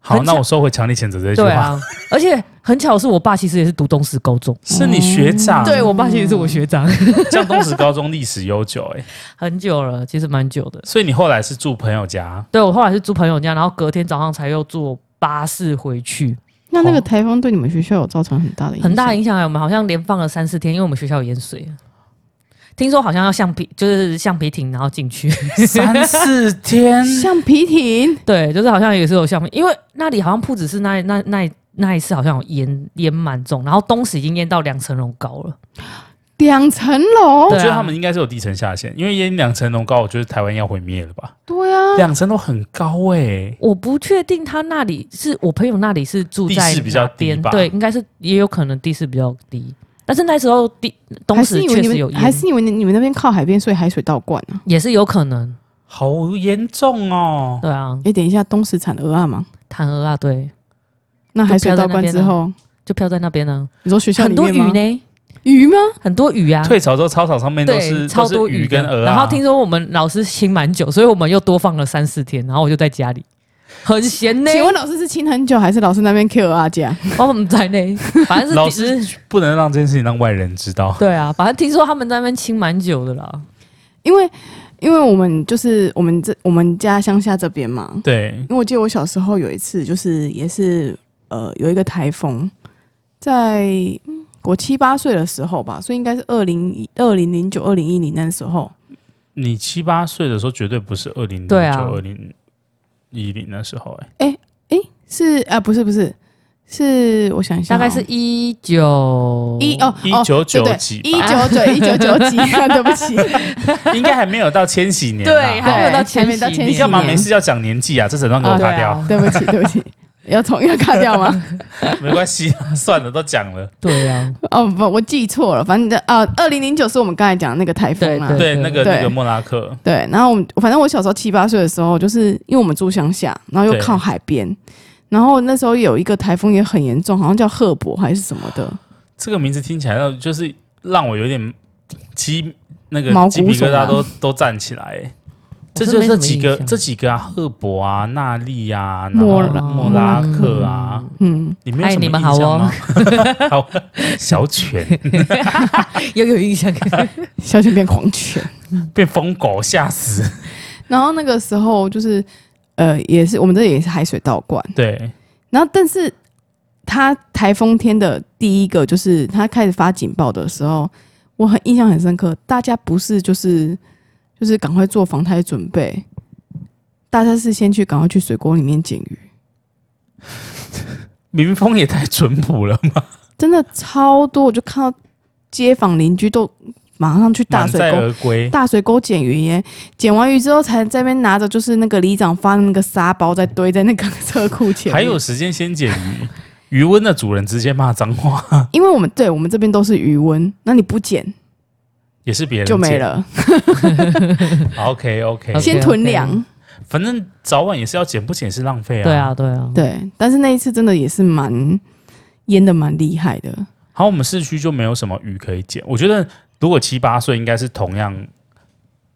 A: 好，
B: 很
A: 那
B: 巧
A: 我收回强烈谴责这句
B: 对
A: 话。
B: 啊，而且很巧的是，我爸其实也是读东石高中。
A: 是你学长，
B: 嗯 对我爸其实是我学长，
A: 像东石高中历史悠久哎，
B: 很久了，其实蛮久的。
A: 所以你后来是住朋友 家，
B: 对我后来是住朋友家，然后隔天早上才又坐巴士回去。
C: 那那个台风对你们学校有造成很大的影响
B: 很大影响啊！我们好像连放了三四天，因为我们学校有淹水了。听说好像要橡皮，就是橡皮艇，然后 进去。
A: 三四天
C: 橡皮艇
B: 对，就是好像也是有橡皮，因为那里好像不只是那那那那一次好像有淹淹蛮重，然后东石已经淹到两层楼高了。
C: 两层楼
A: 我，
B: 对啊
A: 觉得他们应该是有低层下限，
B: 啊
A: 因为淹两层楼高，我觉得台湾要毁灭了吧？
C: 对啊，
A: 两层楼很高哎，
B: 我不确定他那里是我朋友那里是住在
A: 地势比较
B: 哪边
A: 低吧
B: 对，应该是也有可能地势比较低，但是那时候地东
C: 还是
B: 石
C: 因为
B: 确
C: 你
B: 实有
C: 们还
B: 淹，
C: 是因为你们那边靠海边，所以海水倒灌啊。
B: 也是有可能。
A: 好严重哦。
B: 对啊，
C: 哎，等一下，东石产鹅啊嘛，
B: 弹劾啊，对，
C: 那海水倒灌之后，
B: 就飘在那边呢、
C: 你说学校
B: 啊很
C: 里
B: 多
C: 面
B: 鱼
C: 吗？
B: 呢，
C: 鱼吗？
B: 很多鱼啊。
A: 退潮之后，操场上面都
B: 对，
A: 是
B: 超
A: 都
B: 多
A: 是鱼
B: 的
A: 跟鹅啊，
B: 然后听说我们老师清蛮久，所以我们又多放了三四天，然后我就在家里，很闲呢。
C: 请问老师是亲很久，还是老师那边 Q 啊姐？
B: 我们在呢，反正是
A: 老
B: 只是
A: 不能让这件事情让外人知道。
B: 对啊，反正听说他们在那边清蛮久的啦。
C: 因为因为我们就是我们这我们家乡下这边嘛，
A: 对，
C: 因为我记得我小时候有一次，就是也是呃有一个台风，在嗯我七八岁的时候吧，所以应该是二零二零零九二零一零那时候，
A: 你七八岁的时候绝对不是二零零九
B: 对啊
A: 二零一零那时候、哎，
C: 是啊、不是不是，是我想一下
B: 大
C: 哦、
B: 概是一九
C: 一哦
A: 一九九几
C: 一
A: 吧
C: 九九一九九几， 对不起，
A: 哎 应该还没有到千禧年、啊。
B: 对，还没有到
C: 还没到
B: 千禧
C: 千禧
A: 你干嘛
C: 年
A: 没事要讲年纪啊？这整段给我
C: 啊
A: 卡掉。
B: 对啊
C: 对不起对不起，要重要卡掉吗？
A: 没关系啊，算了，都讲了。
B: 对啊呀、
C: 哦不，我记错了，反正啊，二零零九是我们刚才讲的那个台风啦。
B: 对
A: 对，那个
C: 对
A: 那个莫拉克，
C: 对，然后我们反正我小时候七八岁的时候，就是因为我们住乡下，然后又
A: 对
C: 靠海边，然后那时候有一个台风也很严重，好像叫赫伯还是什么的，
A: 这个名字听起来让就是让我有点鸡那个
C: 毛骨
A: 鸡皮疙
C: 悚
A: 瘩
C: 然
A: 都都站起来、欸这
B: 真
A: 就
B: 没
A: 这
B: 什么
A: 几
B: 印
A: 个
B: 象
A: 这几个啊，赫伯啊、纳利啊、然
C: 莫
A: 后
C: 拉
A: 莫拉克啊，
C: 嗯，
A: 你没有
B: 哎
A: 什么
B: 嗯你
A: 印
B: 们
A: 象
B: 好哦
A: 吗？ 好，小犬
B: 又有印象。
C: 小犬变狂犬。
A: 被疯狗吓死，
C: 然后那个时候就是呃，也是我们这里也是海水倒灌，
A: 对，
C: 然后但是它台风天的第一个就是它开始发警报的时候，我很印象很深刻，大家不是就是就是赶快做防台准备，大家是先去赶快去水沟里面捡鱼。
A: 民风也太淳朴了嘛，
C: 真的超多，我就看到街坊邻居都马上去大
A: 满
C: 水
A: 载
C: 沟。
A: 而归。
C: 大水沟捡鱼耶，捡完鱼之后才在那边拿着就是那个里长发的那个沙包再堆在那个车库前面。
A: 还有，时间先捡鱼，余温的主人直接骂脏话，
C: 因为我们对我们这边都是鱼温，那你不捡
A: 也是别人
C: 就没
A: 捡。
C: 了，
A: OK OK，
B: OK，
C: 先囤粮。
A: 反正早晚也是要捡，不捡是浪费啊。
B: 对啊，对啊，
C: 对，但是那一次真的也是蛮淹的蛮厉害的，
A: 好，我们市区就没有什么鱼可以捡。我觉得如果七八岁，应该是同样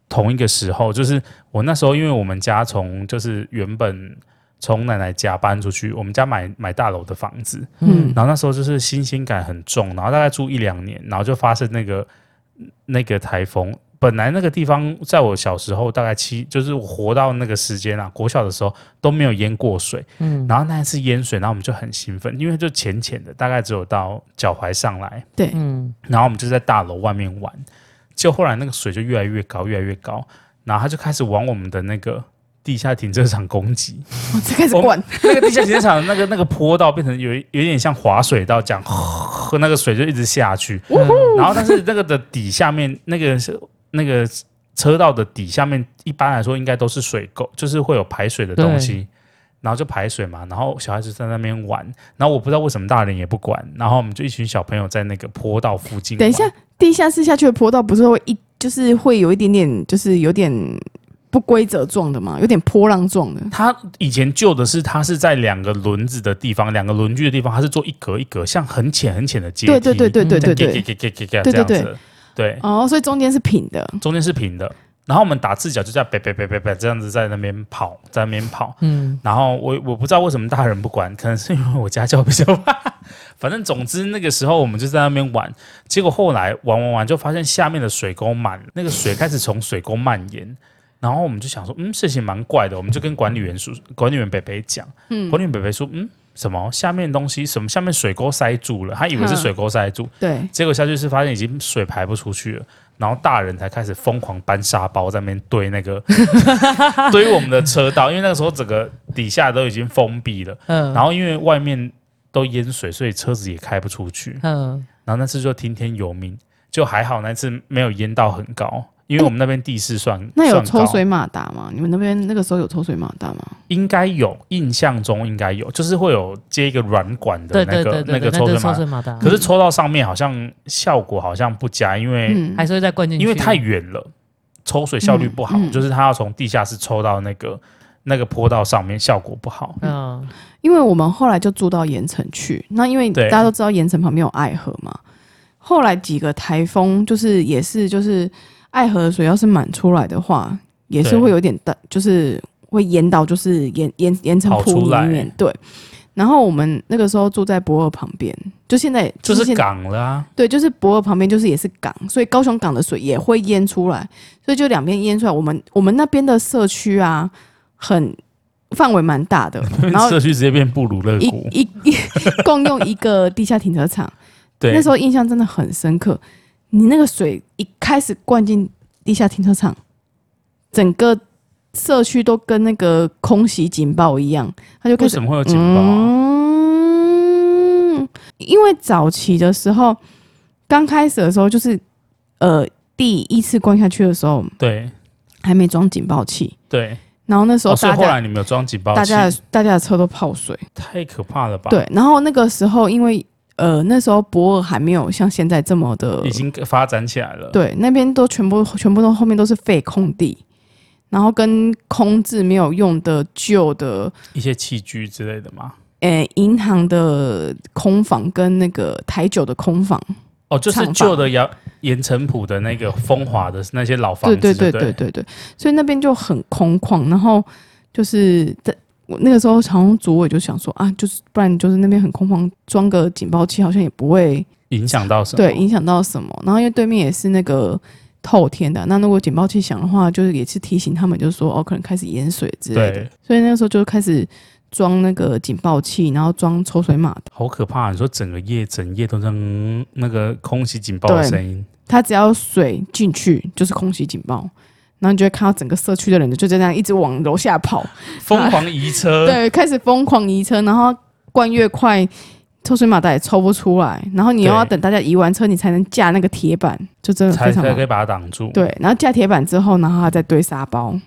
A: 同一个时候，就是我那时候，因为我们家从就是原本从奶奶家搬出去，我们家买买大楼的房子，
C: 嗯
B: 嗯，
A: 然后那时候就是新鲜感很重，然后大概住一两年，然后就发生那个那个台风。本来那个地方在我小时候大概七，就是我活到那个时间啊，国小的时候都没有淹过水。嗯，然后那一次淹水，然后我们就很兴奋，因为就浅浅的，大概只有到脚踝上来。
C: 对，
B: 嗯，
A: 然后我们就在大楼外面玩，就后来那个水就越来越高，越来越高，然后他就开始往我们的那个地下停车场攻击。
C: 我这开始
A: 我们
C: 灌，
A: 那个地下停车场的那个那个坡道变成有一有点像滑水道这样，喝那个水就一直下去。然后但是那个的底下面那个是那个车道的底下面，一般来说应该都是水沟，就是会有排水的东西。然后就排水嘛，然后小孩子在那边玩，然后我不知道为什么大人也不管，然后我们就一群小朋友在那个坡道附近玩。
C: 等一下，地下室下去的坡道不是会一就是会有一点点，就是有点不规则状的嘛，有点波浪状的。
A: 它以前旧的是，它是在两个轮子的地方，两个轮距的地方，它是做一格一格，像很浅很浅的阶梯，
C: 对对对对对对
A: 给
C: 对。
A: 给给给给这
C: 对对
A: 样
C: 对
A: 子，对，
C: 哦，所以中间是平的，
A: 中间是平的。然后我们打赤脚就这样，别别别别别这样子在那边跑，在那边跑。
B: 嗯，
A: 然后我我不知道为什么大人不管，可能是因为我家教比较 反正总之那个时候我们就在那边玩，结果后来玩玩玩就发现下面的水沟满了，那个水开始从水沟蔓延。然后我们就想说，嗯，事情蛮怪的，我们就跟管理员叔、管理员北北讲，嗯，管理员北北说，嗯，什么下面东西，什么下面水沟塞住了，他以为是
C: 嗯
A: 水沟塞住，
C: 对，
A: 结果下去是发现已经水排不出去了，然后大人才开始疯狂搬沙包在那边堆那 个堆我们的车道，因为那个时候整个底下都已经封闭了，
B: 嗯，
A: 然后因为外面都淹水，所以车子也开不出去。
B: 嗯，
A: 然后那次就听天由命，就还好那次没有淹到很高，因为我们那边地势算、
C: 那有
A: 算
C: 抽
A: 高
C: 水马达吗？你们那边那个时候有抽水马达吗？
A: 应该有，印象中应该有，就是会有接一个软管的
B: 对
A: 那
B: 对
A: 个
B: 对
A: 那个
B: 对对，
A: 抽水
B: 个
A: 马
B: 抽
A: 达
B: 水，马达嗯
A: 可是抽到上面好像效果好像不佳，因为、
C: 嗯，
B: 还是会再灌进去，
A: 因为太远了，抽水效率不好，
C: 嗯嗯
A: 就是它要从地下室抽到那个那个坡道上面，效果不好。
B: 嗯，
C: 因为我们后来就住到盐城去，那因为
A: 对
C: 大家都知道盐城旁边有爱河嘛。后来几个台风，就是也是就是爱河的水要是满出来的话，也是
A: 对
C: 会有点大，就是会淹到就是盐盐盐城
A: 跑
C: 铺
A: 出
C: 里
A: 来
C: 面。对，然后我们那个时候住在博尔旁边，就现在
A: 就
C: 现
A: 是港了啊，
C: 对，就是博尔旁边就是也是港，所以高雄港的水也会淹出来，所以就两边淹出来。我们我们那边的社区啊，很范围蛮 大的，然后
A: 社区直接变布鲁勒
C: 一
A: 谷。
C: 一一共用一个地下停车场。
A: 对，
C: 那时候印象真的很深刻，你那个水一开始灌进地下停车场，整个社区都跟那个空袭警报一样，它就开
A: 为
C: 始
A: 什么会有警报啊、
C: 嗯，因为早期的时候，刚开始的时候就是呃第一次灌下去的时候
A: 对
C: 还没装警报器，
A: 对，
C: 然后那时候
A: 哦，所以
C: 大
A: 后
C: 家、
A: 来你们有装警报
C: 大
A: 器，
C: 家的大家的车都泡水，
A: 太可怕了吧？，
C: 对。然后那个时候因为呃那时候博尔还没有像现在这么的
A: 已经发展起来了。，
C: 对，那边都全部全部都后面都是废空地，然后跟空置没有用的旧的，
A: 一些器具之类的嘛。
C: 呃，银行的空房跟那个台酒的空房，
A: 哦，就是
C: 厂房
A: 旧的盐盐城浦的那个风华的那些老房
C: 对
A: 子，对
C: 对对对对对，所以那边就很空旷，然后就是在。我那个时候，好像组委就想说啊，就是不然就是那边很空旷，装个警报器好像也不会
A: 影响到什么？
C: 对，影响到什么。然后因为对面也是那个透天的，那如果警报器响的话，就是也是提醒他们，就是说哦，可能开始淹水之类的。
A: 对，
C: 所以那个时候就开始装那个警报器，然后装抽水马达。
A: 好可怕！啊你说整个夜整夜都在嗯那个空袭警报的
C: 对
A: 声音，
C: 它只要水进去就是空袭警报，然后你就会看到整个社区的人就这样一直往楼下跑，
A: 疯狂移车。
C: 对，开始疯狂移车，然后灌越快。抽水马达也抽不出来，然后你又要
A: 对
C: 等大家移完车，你才能架那个铁板，就真的
A: 才
C: 非
A: 才
C: 常麻
A: 可
C: 烦
A: 以把它挡住。，
C: 对。然后架铁板之后，然后它再堆沙包。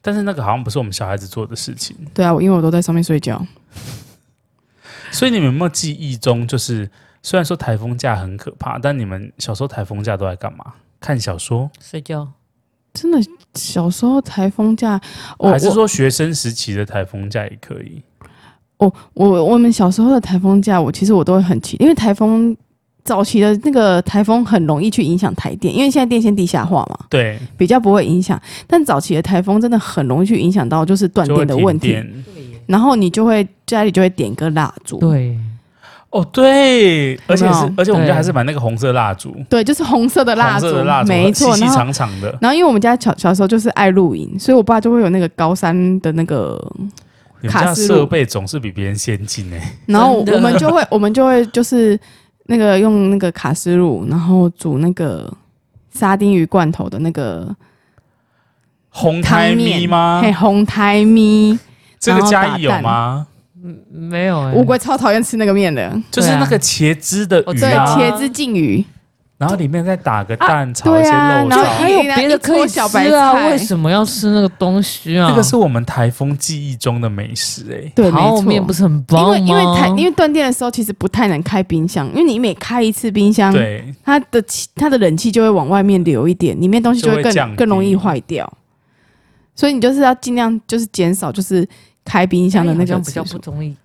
A: 但是那个好像不是我们小孩子做的事情，
C: 对啊，我因为我都在上面睡觉。
A: 所以你们有没有记忆中，就是虽然说台风假很可怕，但你们小时候台风假都在干嘛？看小说，
B: 睡觉。
C: 真的，小时候台风假，我
A: 还是说学生时期的台风假也可以？
C: 我我我们小时候的台风假，我其实我都会很期，因为台风早期的那个台风很容易去影响台电，因为现在电线地下化嘛，
A: 对，
C: 比较不会影响。但早期的台风真的很容易去影响到就是断
A: 就会
C: 电的问
A: 停
C: 题，
A: 电。
C: 然后你就会家里就会点个蜡烛，
B: 对，
A: 哦，对，而且是而且我们
B: 对
A: 家还是买那个红色蜡烛，
C: 对，就是红色的蜡
A: 红
C: 烛，
A: 色的蜡烛，
C: 没错，
A: 细细
C: 然后。
A: 长长的。
C: 然后，因为我们家小小时候就是爱露营，所以我爸就会有那个高山的那个
A: 你们家
C: 卡式
A: 设
C: 炉
A: 备总是比别人先进哎、
C: 然后
B: 真的
C: 我们就会，我们就会就是那个用那个卡斯乳，然后煮那个沙丁鱼罐头的那个
A: 红
C: 汤
A: 胎咪
C: 面
A: 吗
C: 嘿，？红苔咪。
A: 这个
C: 然后
A: 嘉
C: 打
A: 义有
C: 蛋
A: 吗？
B: 没有哎、
C: 乌龟超讨厌吃那个面的，
A: 就是
B: 对啊
A: 那个茄汁的
B: 哦
A: 鱼
C: 对，
B: 啊
C: 茄子鲫鱼，
A: 然后里面再打个蛋，炒一
C: 对
A: 些
C: 啊
A: 肉
C: 然后
A: 燥。
B: 还有别的可
C: 一
B: 以吃
C: 锅小白
B: 啊，
C: 菜
B: 为什么要吃那个东西啊？
A: 这个是我们台风记忆中的美食哎、
C: 对，没
B: 泡
C: 错。
B: 面不是很
C: 因
B: 棒吗？
C: 为因为太因为断电的时候，其实不太能开冰箱，因为你每开一次冰箱，
A: 对，
C: 它的气它的冷气就会往外面流一点，里面东西就
A: 就会
C: 会更
A: 降低
C: 更容易坏掉。所以你就是要尽量就是减少就是开冰箱的那
B: 好
C: 个
B: 像比较
C: 次数
B: 不容易，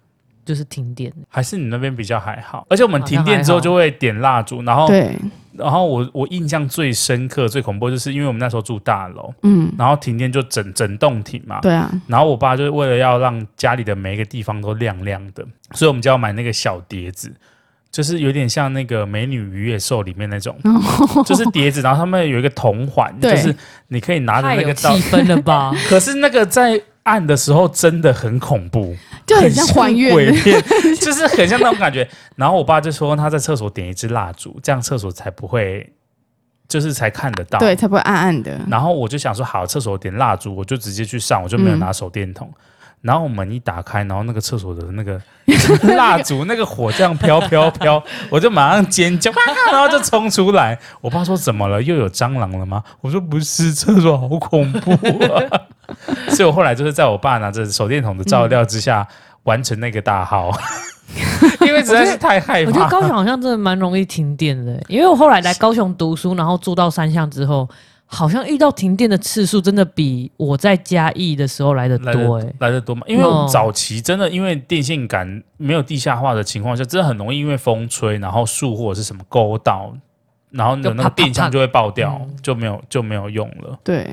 B: 就是停电。
A: 还是你那边比较还好。而且我们
B: 好像
A: 停电之
B: 还
A: 后
B: 好
A: 就会点蜡烛，然后
C: 对，
A: 然后我我印象最深刻、最恐怖，就是因为我们那时候住大楼，
C: 嗯，
A: 然后停电就整整栋停嘛。
C: 对啊，
A: 然后我爸就是为了要让家里的每一个地方都亮亮的，所以我们就要买那个小碟子，就是有点像那个《美女与野兽》里面那 种，
C: 然后
A: 就是碟子，然后他们有一个铜环，就
C: 对
A: 是你可以拿着
B: 太
A: 那
B: 有
A: 个
B: 气
A: 到，
B: 氛了吧？
A: 可是那个在暗的时候真的很恐怖，
C: 就很像还
A: 鬼
C: 原，
A: 片， 就是很像那种感觉。然后我爸就说他在厕所点一支蜡烛，这样厕所才不会，就是才看得到。
C: 对，。才不会暗暗
B: 嗯
C: 的。
A: 然后我就想说，好，厕所点蜡烛，我就直接去上，我就没有
C: 嗯
A: 拿手电筒。然后门一打开，然后那个厕所的那个 蜡烛，那个火这样飘飘飘，我就马上尖叫， 然后就冲出来。我爸说：“怎么了？又有蟑螂了吗？”我说：“不是，厕所好恐怖啊！” 所以，我后来就是在我爸拿着手电筒的照料之下，完成那个大 号，因为实在是太害
B: 嗯我觉得
A: 怕。
B: 高雄好像真的蛮容易停电的欸、因为我后来来高雄读书，然后住到山下之后，好像遇到停电的次数真的比我在嘉义的时候来的
A: 来
B: 多、
A: 的
B: 欸。
A: 来的多嘛，因为我
C: 哦
A: 们
B: 嗯
A: 早期真的因为电线杆没有地下化的情况下，真的很容易因为风吹，然后树或者是什么勾到，然后你的
B: 就
A: 那个
B: 啪啪
A: 电箱
B: 啪
A: 就会爆掉，
B: 嗯
A: 就没有就没有用了。
C: 对，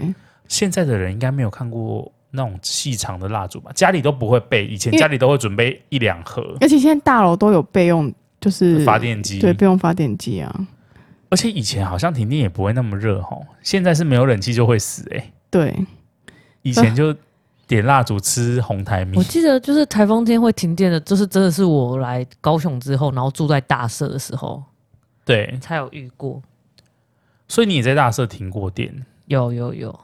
A: 现在的人应该没有看过那种细长的蜡烛吧？家里都不会备，以前
C: 因为
A: 家里都会准备一两盒
C: 而且现在大楼都有备用，就是
A: 发电机，
C: 对，备用发电机啊，
A: 而且以前好像停电也不会那么热吼，现在是没有冷气就会死哎、
C: 对，
A: 以前就点蜡烛吃红台米
B: 我，记得就是台风天会停电的，就是真的是我来高雄之后，然后住在大社的时候
A: 对，
B: 才有遇过。
A: 所以你也在大社停过电。
B: 有有有，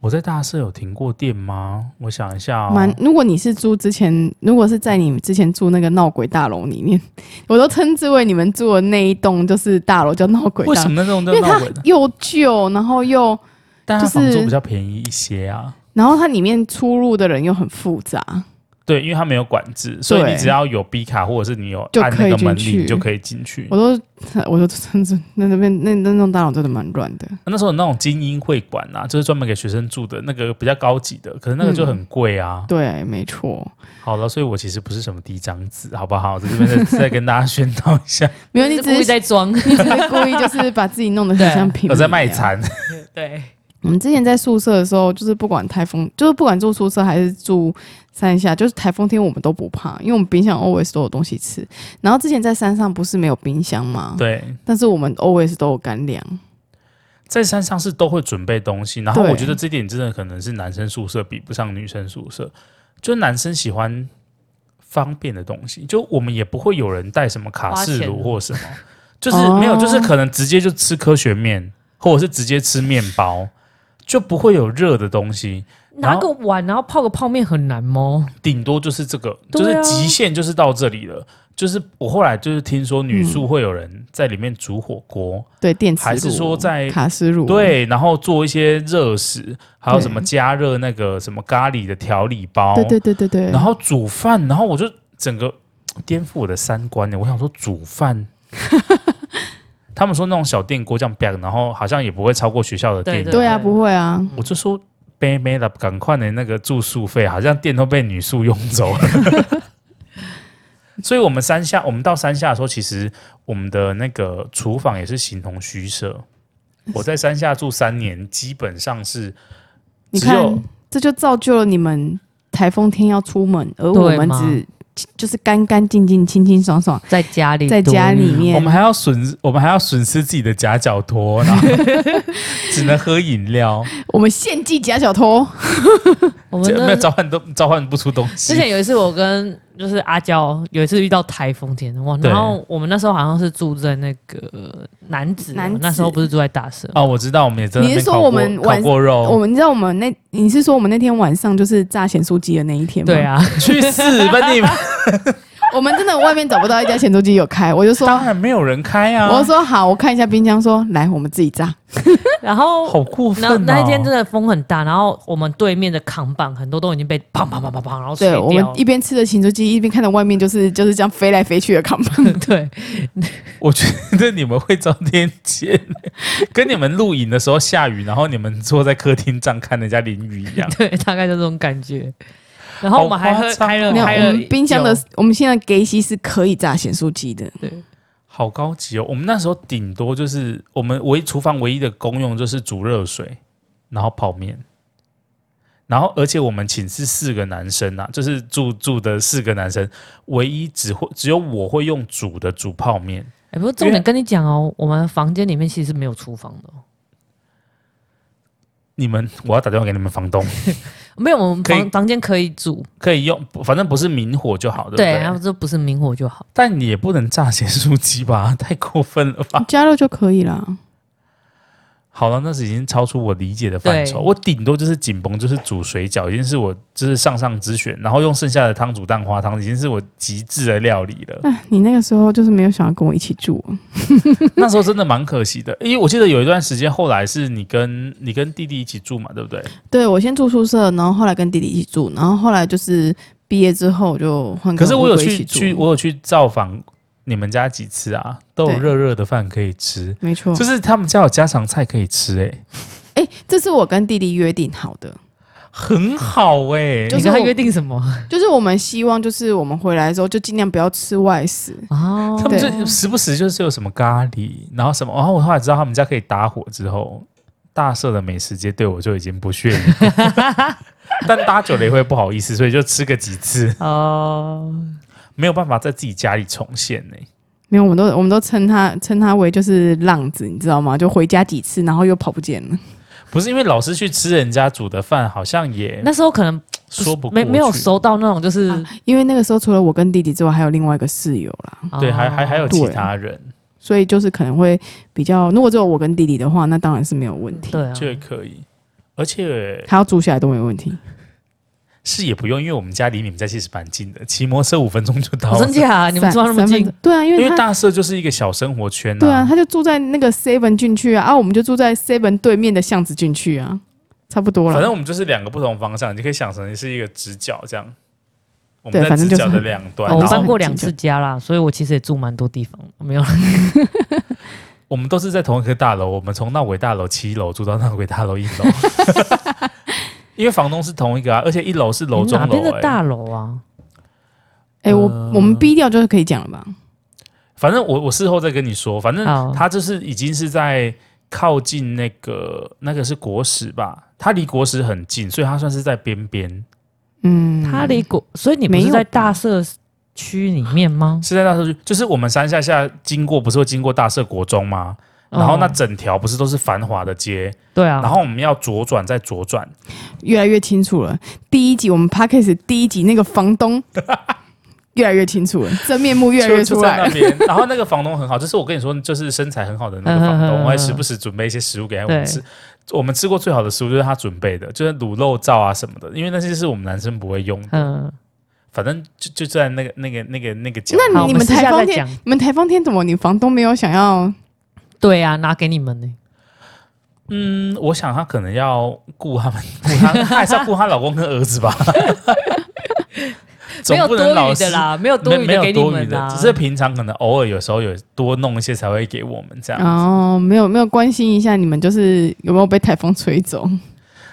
A: 我在大社有停过电吗？我想一下、哦，
C: 蛮。如果你是住之前，如果是在你之前住那个闹鬼大楼里面， 我都称之为你们住的那一栋就是大楼叫闹鬼
A: 为
C: 大
A: 什
C: 楼，
A: 么那种
C: 因
A: 都
C: 为
A: 闹
C: 它
A: 鬼呢？
C: 又旧，然后又
A: 但它
C: 就是
A: 房租比较便宜一些啊。
C: 然后它里面出入的人又很复杂，
A: 对，因为它没有管制，所以
C: 对
A: 你只要有 B 卡或者是你有
C: 就
A: 按那
C: 可以
A: 个
C: 进
A: 门铃，
C: 去
A: 你就可以进去
C: 我。都我都真是那那边那那那栋大楼真的蛮乱的，
A: 那时候有那种精英会馆啊，就是专门给学生住的那个比较高级的，可是那个就很贵啊。
C: 对，没错，
A: 好了，所以我其实不是什么第一张子，好不好？在这边再再跟大家宣导一 下，
C: 没有你
B: 故
C: 只
B: 意
C: 是
B: 在装。
C: 你只是故意就是把自己弄得很像平民一
A: 我
C: 样
A: 在卖。惨。
B: 对，
C: 我们之前在宿舍的时候，就是不管台风，就是不管住宿舍还是住山下，就是台风天我们都不怕，因为我们冰箱 always 都有东西吃。然后之前在山上不是没有冰箱吗？。
A: 对，
C: 但是我们 always 都有干粮，
A: 在山上是都会准备东西，然后
C: 对
A: 我觉得这点真的可能是男生宿舍比不上女生宿舍，就男生喜欢方便的东西，就我们也不会有人带什么卡式炉或什么，就是
C: 哦
A: 没有，就是可能直接就吃科学面，或者是直接吃面包，就不会有热的东西，然
B: 拿
A: 后
B: 个碗，然后泡个泡面很难吗？
A: 顶多就是这个，就
B: 对啊
A: 是极限就是到这里了。就是我后来就是听说女宿会有人在里面煮火锅，
C: 对，电磁炉
A: 还是说在
C: 卡式炉？，
A: 对，然后做一些热食，还有
C: 对
A: 什么加热那个什么咖喱的调理包，
C: 对对对对对。
A: 然后煮饭，然后我就整个颠覆我的三观欸呢。我想说煮 饭，他们说那种小电锅这样 b 然后好像也不会超过学校的
B: 对
A: 电
B: 对
A: 锅
C: 对啊，
B: 对
C: 不会啊，
A: 我就说。没没了，赶快的那个住宿费，好像店都被女宿用走了。 所以，我们山下，我们到山下的时候，其实我们的那个厨房也是形同虚设。我在山下住三年，基本上是
C: 你
A: 只有
C: 看，这就造就了你们台风天要出门，而
B: 对
C: 我们
B: 嘛
C: 只就是干干净净、清清爽爽
B: 在家里，
C: 在家里，面。
A: 我们还要损，我们还要损失自己的夹脚托，然后 只能喝饮料，
C: 我们献祭假小偷，
B: 我们
A: 这没有
B: 那
A: 召唤都召唤不出东
B: 之前
A: 西。
B: 有一次，我跟就是阿娇有一次遇到台风天，哇！
A: 对
B: 然后我们那时候好像是住在那个南子，啊
C: 楠梓
B: 那时候不是住在大社，
A: 哦，我知道，我们也真的
C: 你是
A: 没
C: 说
A: 烤
C: 我
A: 过
C: 们
A: 烤
C: 晚
A: 过肉，
C: 我们你知道我们那你是说我们那天晚上就是炸咸酥鸡的那一天吗？
B: 对，啊，
A: 去死吧你们！
C: 我们真的外面找不到一家咸酥鸡有开，我就说，
A: 当然没有人开啊，
C: 我就说好，我看一下冰箱说来我们自己炸，
B: 然后
A: 好过分
B: 然后
A: 哦！
B: 那一天真的风很大，然后我们对面的扛棒很多都已经被砰砰砰砰砰，然后碎
C: 对我们
B: 掉了
C: 一。边吃着咸酥鸡，一边看着外面就是就是这样飞来飞去的看 板，
B: 对，。
A: 我觉得你们会遭天谴， 跟你们露营的时候下雨，然后你们坐在客厅这样看人家淋雨一样
B: 对，大概就这种感觉。然后我们还
A: 好
B: 喝
A: 夸张哦
B: 开了
C: 没有，
B: 开
C: 我
B: 了
C: 们冰箱的
B: 酒
C: 我们现在 gay 西是可以炸咸酥鸡的，
B: 对
A: 好高级哦！我们那时候顶多就是我们唯厨房唯一的功用就是煮热水，然后泡面，然后而且我们寝室四个男生啊，就是住住的四个男生，唯一只会只有我会用煮的煮泡面，
B: 哎，不过重点跟你讲哦，我们房间里面其实是没有厨房的哦，
A: 你们我要打电话给你们房东，
B: 没有，我们
A: 可
B: 房
A: 以
B: 房间可以煮，
A: 可以用，反正不是明火就好，对不
B: 对，
A: 对？
B: 然后这不是明火就好。
A: 但你也不能炸咸酥鸡吧， 太过分了吧？
C: 加热就可以啦。
A: 啊好了，那是已经超出我理解的范畴。
B: 对
A: 我顶多就是紧绷，就是煮水饺，已经是我就是上上之选。然后用剩下的汤煮蛋花汤，已经是我极致的料理 了。
C: 哎，你那个时候就是没有想要跟我一起住，
A: 那时候真的蛮可惜的，因为我记得有一段时间，后来是你跟你跟弟弟一起住嘛，对不对？
C: 对我先住宿舍，然后后来跟弟弟一起住，然后后来就是毕业之后就换
A: 可
C: 跟
A: 是
C: 乌
A: 我
C: 龟
A: 有
C: 一
A: 去
C: 起住。
A: 去，我有去造访你们家几次啊，都有
C: 对嗯
A: 热热的饭可以吃，
C: 没错，
A: 就是他们家有家常菜可以吃、欸，
C: 哎、这是我跟弟弟约定好的，
A: 很好哎、
C: 就是
B: 你跟他
C: 我
B: 约定什么？
C: 就是我们希望就是我们回来的时候就尽量不要吃外食。
B: 哦，
A: 他们
C: 对
A: 就时不时就是有什么咖喱，然后什么，然后我后来知道他们家可以打火之后，大社的美食街对我就已经不屑一顾， 但搭久了也会不好意思，所以就吃个几次，
B: 哦，
A: 没有办法在自己家里重现呢、
C: 没有，我们都我们都称他称他为就是浪子，你知道吗？就回家几次，然后又跑不见了。
A: 不是因为老是去吃人家煮的饭，好像也
B: 那时候可能
A: 说不过
B: 没
A: 去
B: 没有，收到那种就是
C: 因为那个时候除了我跟弟弟之外，还有另外一个室友啦，
A: 对，
B: 哦
A: 还还还有其他人，
C: 所以就是可能会比较，如果只有我跟弟弟的话，那当然是没有问题，
B: 对啊，
A: 这也可以。而且
C: 他要住下来都没问题。
A: 是也不用，因为我们家离你们家其实蛮近的，骑摩托车五分钟就到
B: 哦
A: 了。
B: 真假？你们住
C: 三
B: 那么
C: 三分
B: 近
C: 钟？对啊，因
A: 因
C: 为
A: 为
C: 他
A: 大社就是一个小生活圈、
B: 啊
C: 对啊，，他就住在那个 Seven 进去啊，啊，我们就住在 Seven 对面的巷子进去啊。差不多了。
A: 反正我们就是两个不同方向，你可以想成是一个直角这样。我们
C: 对
A: 在
C: 反正
A: 直
C: 就是
A: 角的两端，
B: 哦我
A: 然
B: 搬
A: 后
B: 过两次家啦，所以我其实也住蛮多地方，没有啦。
A: 我们都是在同一个大楼，我们从闹鬼大楼七楼住到闹鬼大楼一楼，因为房东是同一个啊，而且一楼是楼
B: 你
A: 中
B: 哪边
A: 楼、
B: 的
A: 欸。
B: 大楼啊？
C: 哎、我、
A: 呃
C: 我们逼掉就是可以讲了吧？
A: 反正我我事后再跟你说，反正
B: 好
A: 它就是已经是在靠近那个那个是国史吧，它离国史很近，所以它算是在边边，
C: 嗯，
B: 它离国，所以你不
C: 没
B: 是
C: 有
B: 在
C: 吧
B: 大社区里面吗？
A: 是在那时候就是我们山下下经过不是会经过大社国中吗？然后那整条不是都是繁华的街，
B: 对啊，
A: 然后我们要左转再左转，
C: 越来越清楚了。第一集我们 podcast 第一集那个房 东越来越清楚了，真面目越来
A: 就
C: 越出
A: 就在
C: 来
A: 那
C: 了。
A: 边。然后那个房东很好，就是我跟你说，就是身材很好的那个房
B: 嗯嗯嗯
A: 东，
B: 嗯
A: 我还时不时准备一些食物给他我们
B: 对
A: 吃。我们吃过最好的食物就是他准备的，就是卤肉燥啊什么的，因为那些是我们男生不会用的。
B: 嗯，
A: 反正就就在那个那个那个那个角，
C: 那
B: 好，
C: 你
B: 我
C: 们
B: 私下
C: 台
B: 再
C: 风天
B: 讲。
C: 你们台风天怎么你房东没有想要？
B: 对啊，拿给你们呢、
A: 嗯，我想她可能要顾他们，顾她她还是要顾她老公跟儿子 吧。总
B: 没有
A: 不
B: 多
A: 能老
B: 余的
A: 是
B: 啦，没有多
A: 没没
B: 余的
A: 有
B: 给你
A: 多余
B: 们
A: 的
B: 啦，，
A: 只是平常可能偶尔有时候有多弄一些才会给我们这样。
C: 哦，没有没有关心一下你们就是有没有被台风吹走？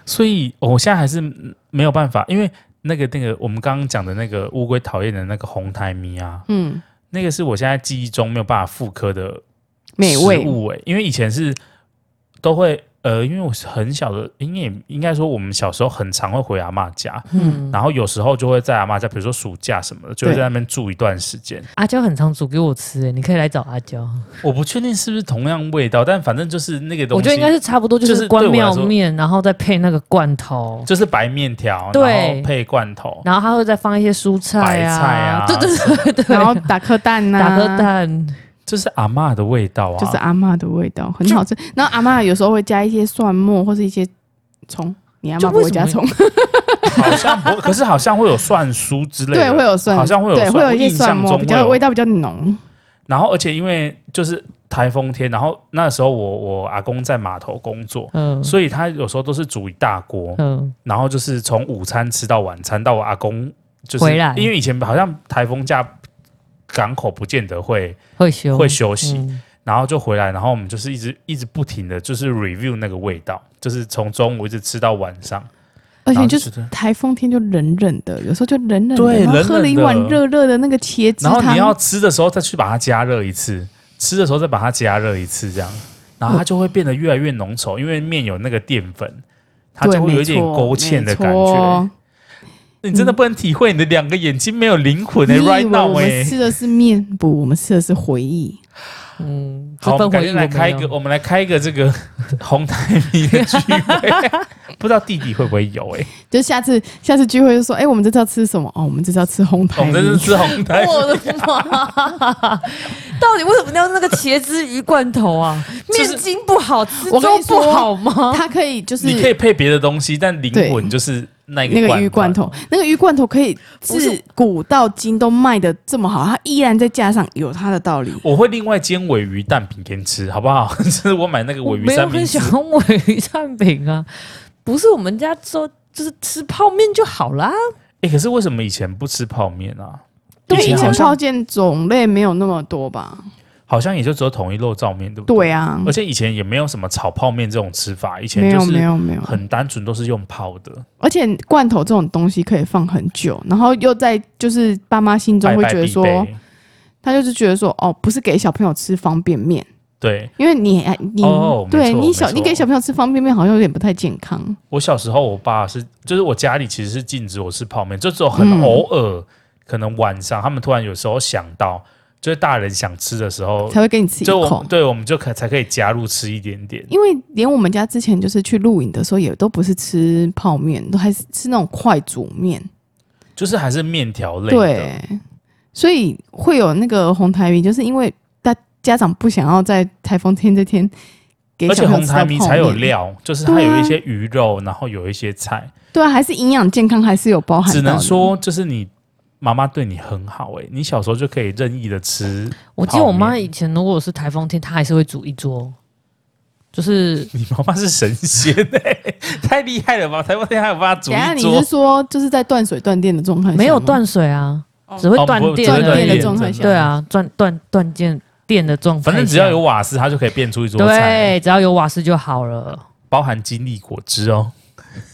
A: 所以我现在还是嗯没有办法，因为那个那个我们刚刚讲的那个乌龟讨厌的那个红苔米啊，
C: 嗯，
A: 那个是我现在记忆中没有办法复刻的
C: 美
A: 食
C: 味
A: 物哎、因为以前是都会呃，因为我是很小的，应该也应该说我们小时候很常会回阿嬷家，
B: 嗯，
A: 然后有时候就会在阿嬷家，比如说暑假什么的，就会
C: 对
A: 在那边住一段时间。
B: 阿娇很常煮给我吃、欸，你可以来找阿娇。
A: 我不确定是不是同样味道，但反正就是那个东西，
B: 我觉得应该是差不多，就
A: 就是
B: 是
A: 对我来
B: 关庙
A: 说
B: 面，然后再配那个罐头，
A: 就是白面条，
B: 对
A: 然后配罐头。
B: 然后他会再放一些蔬
A: 白
B: 菜啊，
A: 菜啊，
B: 对对对，
C: 然后打颗蛋呐、
B: 打个蛋，
A: 就是阿嬷的味道啊，
C: 就是阿嬷的味道，很好吃。然后阿嬷有时候会加一些蒜末或是一些葱，你阿嬷
B: 就
C: 不
B: 为
C: 会
B: 什么
C: 加葱，
A: 好像不， 可是好像会有蒜酥之类的，
C: 对，会有蒜，
A: 好像会有
C: 对，
A: 蒜
C: 会有一
A: 我
C: 些
A: 印
C: 蒜
A: 象
C: 末，
A: 中
C: 比
A: 会
C: 较
A: 有
C: 味道比较浓。
A: 然后而且因为就是台风天，然后那时候我我阿公在码头工作，
B: 嗯
A: 所以他有时候都是煮一大锅，
B: 嗯，
A: 然后就是从午餐吃到晚餐，到我阿公就是
B: 回来
A: 因为以前好像台风假。港口不见得会
B: 会修
A: 会休息，
B: 嗯
A: 然后就回来，然后我们就是一直一直不停的就是 review 那个味道，就是从中午一直吃到晚上，
C: 而
A: 然后
C: 且就
A: 觉
C: 是
A: 得
C: 台风天就冷冷的，有时候就冷冷的，
A: 对
C: 然后喝了一碗
A: 冷冷的
C: 热热的那个茄子
A: 然后
C: 汤
A: 你，要吃的时候再去把它加热一次，吃的时候再把它加热一次，这样，然后它就会变得越来越浓稠，因为面有那个淀粉，它
C: 对，
A: 就会有
C: 没
A: 一点
C: 错
A: 勾芡的感
C: 没
A: 觉
C: 错。
A: 你真的不能体会你的两个眼睛没有灵魂的、
C: 你以
A: right
C: 为
A: now
C: 我
A: 哎、
C: 们吃的是面不？我们吃的是回忆。
B: 嗯，
A: 好，
B: 这
A: 我
B: 份
A: 们改天来
B: 回忆我
A: 开
B: 没
A: 一个，
B: 有。
A: 我们来开一个这个 红台米的聚 会，不知道弟弟会不会有哎、
C: 就下次下次聚会就说，哎、我们这次要吃什么？哦，我们这次要吃红
A: 我
C: 台
A: 们
C: 米。
A: 这是吃红台米，
B: 我的妈！ 到底为什么要那个茄子鱼罐头啊？
A: 就是
B: 面筋不好吃，
C: 我跟
B: 粥
C: 你
B: 不
C: 说
B: 好吗？
C: 它可以就是
A: 你可以配别的东西，但灵
C: 对
A: 魂就是那
C: 那个鱼罐
A: 头。
C: 头，那个鱼罐头可以
B: 不是
C: 自古到今都卖的这么好，它依然在架上有它的道理。
A: 我会另外煎尾鱼蛋饼给你吃，好不好？ 就是我买那个
B: 我
A: 尾鱼
B: 没有
A: 三明
B: 很
A: 治
B: 喜，欢尾鱼蛋饼啊，不是我们家说就是吃泡面就好啦。
A: 哎、可是为什么以前不吃泡面啊？
C: 对，以前
A: 好
C: 泡
A: 像
C: 件种类没有那么多吧？
A: 好像也就只有统一肉燥面，对不
C: 对啊，
A: 而且以前也没有什么炒泡面这种吃法，以前
C: 没
A: 就
C: 有没
A: 是
C: 有没有，
A: 很单纯，都是用泡的。
C: 而且罐头这种东西可以放很久，然后又在就是爸妈心中
A: 拜
C: 会
A: 拜
C: 觉得
A: 必
C: 说，
A: 备。
C: 他就是觉得说，哦，不是给小朋友吃方便面，
A: 对
C: 因为你你、
A: 哦没错
C: 对你小
A: 没错
C: 你给小朋友吃方便面好像有点不太健康。
A: 我小时候，我爸是就是我家里其实是禁止我吃泡面，就只有很
C: 嗯
A: 偶尔，可能晚上他们突然有时候想到，就是大人想吃的时候，
C: 才会给你吃一
A: 就我
C: 口
A: 们。对我们就可才可以加入吃一点点。
C: 因为连我们家之前就是去露营的时候，也都不是吃泡面，都还是吃那种快煮面，
A: 就是还是面条类的，
C: 对，所以会有那个红台米，就是因为大家长不想要在台风天这天给
A: 而
C: 小
A: 且
C: 朋友
A: 红
C: 吃
A: 台
C: 到
A: 米
C: 泡
A: 才有
C: 面，
A: 料，就是
C: 对
A: 它
C: 啊
A: 有一些鱼肉，然后有一些菜，
C: 对啊，还是营养健康还是有
B: 啊哦
C: 包含到
A: 只
C: 的，
A: 能说就是你妈妈对你很好哎、你小时候就可以任意的吃，
B: 我记得我
A: 泡
B: 妈
A: 面
B: 以前如果是台风天，她还是会煮一桌。就是
A: 你妈妈是神仙哎、 太厉害了吧！台湾还有办法煮
C: 等一下
A: 一
C: 你
A: 桌
C: 是，说就是在断水断电的状态下吗
B: 没有断水啊，
C: 哦
B: 只会
A: 哦
B: 断
A: 不
B: 电
A: 只会
C: 断
B: 而
C: 电
B: 已
C: 的状态下
B: 对，啊，断断断电电的状态下，
A: 反正只要有瓦斯，它就可以变出一桌菜，
B: 对，只要有瓦斯就好了。
A: 包含金栗果汁哦。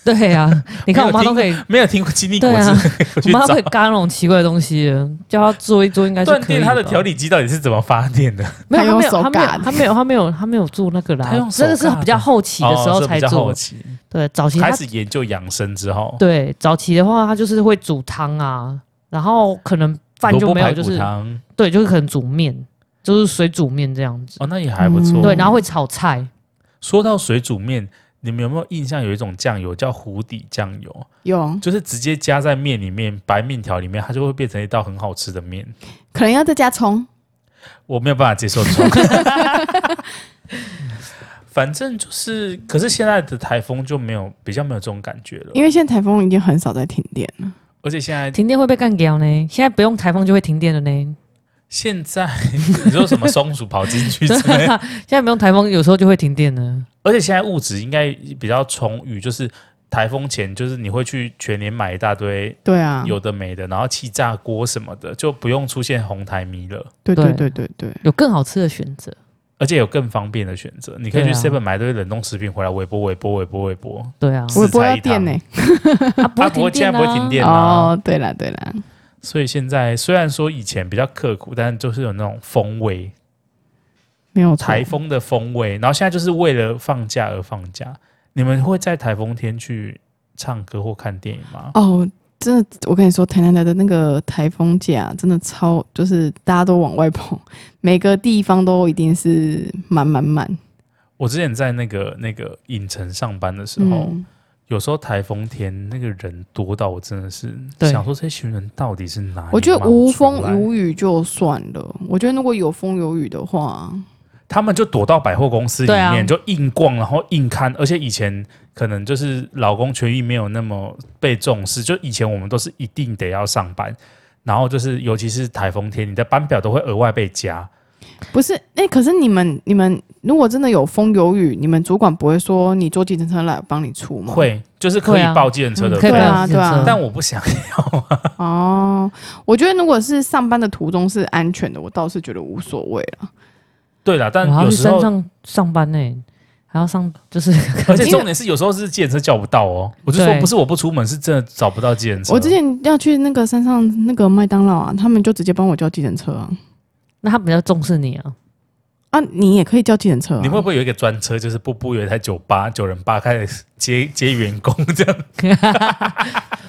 B: 对啊， 你看我妈都可以，
A: 没有听过金栗果
B: 对
A: 汁，
B: 啊
A: 我
B: 我
A: 去
B: 妈
A: 找
B: 都可以干那种奇怪的东西了，叫她做一做应该是
A: 断
B: 可以
A: 电，它的调
B: 理
A: 理机到底是怎么发电的？
B: 没有，
C: 她用手
B: 她没有，
C: 擀
B: 她没有，她没有，她没有，她没有做那个啦
A: 她用，手
B: 这个是
A: 擀
B: 比较后期的时
A: 哦
B: 候
A: 这
B: 才
A: 比较
B: 做
A: 好。奇。
B: 对，早期她
A: 开始研究养生之后，
B: 对早期的话，她就是会煮汤啊，然后可能饭
A: 萝
B: 就
A: 卜
B: 没有，
A: 排
B: 就
A: 骨
B: 是
A: 汤
B: 对，就是可能煮面，就是水煮面这样子。
A: 哦，那也还不错。
C: 嗯
B: 对，然后会炒菜，
A: 说到水煮面，你们有没有印象有一种酱油叫糊底酱油？
C: 有
A: 就是直接加在面里面，白面条里面，它就会变成一道很好吃的面。
C: 可能要再加葱，
A: 我没有办法接受 这种。反正就是，可是现在的台风就没有比较没有这种感觉了，
C: 因为现在台风已经很少在停电了。
A: 而且现在
B: 停电会被干掉呢。现在不用台风就会停电了呢。
A: 现在你说什么松鼠跑进去之 类的，
B: 现在不用台风，有时候就会停电了。
A: 而且现在物质应该比较充裕，就是台风前就是你会去全年买一大堆
C: 对
B: 嗯
C: 啊，
A: 有的没的，然后气炸锅什么的，就不用出现红台迷了，
C: 对对对
B: 对
C: 对对，
B: 有更好吃的选择。
A: 而且有更方便的选择，你可以去
B: 对啊
A: Seven 买一堆冷冻食品回来微波微波微波微波，
B: 对啊，
A: 是
C: 我也不会要电呢、
B: 啊不
A: 啊不过
B: 会停电
A: 现在不会停电啊
C: 哦，对啦对啦，
A: 所以现在虽然说以前比较刻苦，但就是有那种风味，
C: 没有错
A: 台风的风味。然后现在就是为了放假而放假。你们会在台风天去唱歌或看电影吗？
C: 哦。真的，我跟你说，台南来的那个台风假真的超，就是大家都往外跑，每个地方都一定是满满满。
A: 我之前在那个那个影城上班的时候，
C: 嗯，
A: 有时候台风天那个人多到我真的是
B: 对
A: 想说这群人到底是哪里冒出来？
C: 我觉得无风无雨就算了，我觉得如果有风有雨的话，
A: 他们就躲到百货公司里
B: 对啊
A: 面，就硬逛，然后硬看。而且以前可能就是劳工权益没有那么被重视，就以前我们都是一定得要上班，然后就是尤其是台风天，你的班表都会额外被加。
C: 不是，哎、可是你们你们如果真的有风有雨，你们主管不会说你坐计程车来我帮你出吗？
A: 会，就是可以
B: 会嗯啊
A: 报计程车的
B: 嗯可以
A: 费
B: 不
C: 对
B: 要
C: 啊
B: 停
C: 对啊
B: 车
A: 但我不想要啊。
C: 哦，我觉得如果是上班的途中是安全的，我倒是觉得无所谓啊了。
A: 对啦，但
B: 我还要
A: 有
B: 去
A: 时
B: 山
A: 候，
B: 上上班呢，还要上就是
A: 而且重点是有时候是计程车叫不到哦。我就说
B: 对
A: 不是我不出门，是真的找不到计程车。
C: 我之前要去那个山上那个麦当劳啊，他们就直接帮我叫计程车啊。
B: 那他比较重视你啊。
C: 啊，你也可以叫计程车、啊，
A: 你会不会有一个专车，就是步步有一台九八九人八开始接接员工这 样？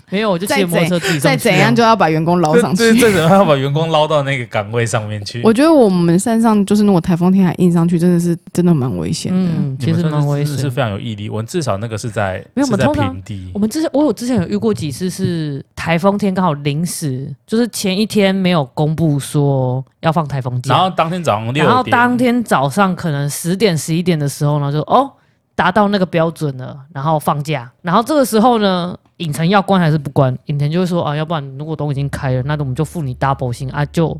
B: 没有，我就骑着摩托车自己上
C: 再
B: 去
C: 怎样
B: 啊。
C: 就要把员工捞上
A: 这
C: 去。
A: 这怎么要把员工捞到那个岗位上面去？
C: 我觉得我们山上就是如果台风天还硬上去，真的是真的蛮危险的。
B: 嗯，
A: 你
B: 其
A: 们
B: 实
A: 算是
B: 蛮危
A: 真的是
B: 险。
A: 非常有毅力。我至少那个是在
B: 没有
A: 是
B: 我们
A: 在
B: 通常
A: 平地
B: 我，们之前我有之前有遇过几次是台风天刚好临时，就是前一天没有公布说要放台风假，
A: 然后当天早上六
B: 然后
A: 点，
B: 当天早上可能十点十一点的时候呢，就哦达到那个标准了，然后放假。然后这个时候呢，影城要关还是不关？影城就会说啊，要不然如果都已经开了，那我们就付你 double 薪啊，就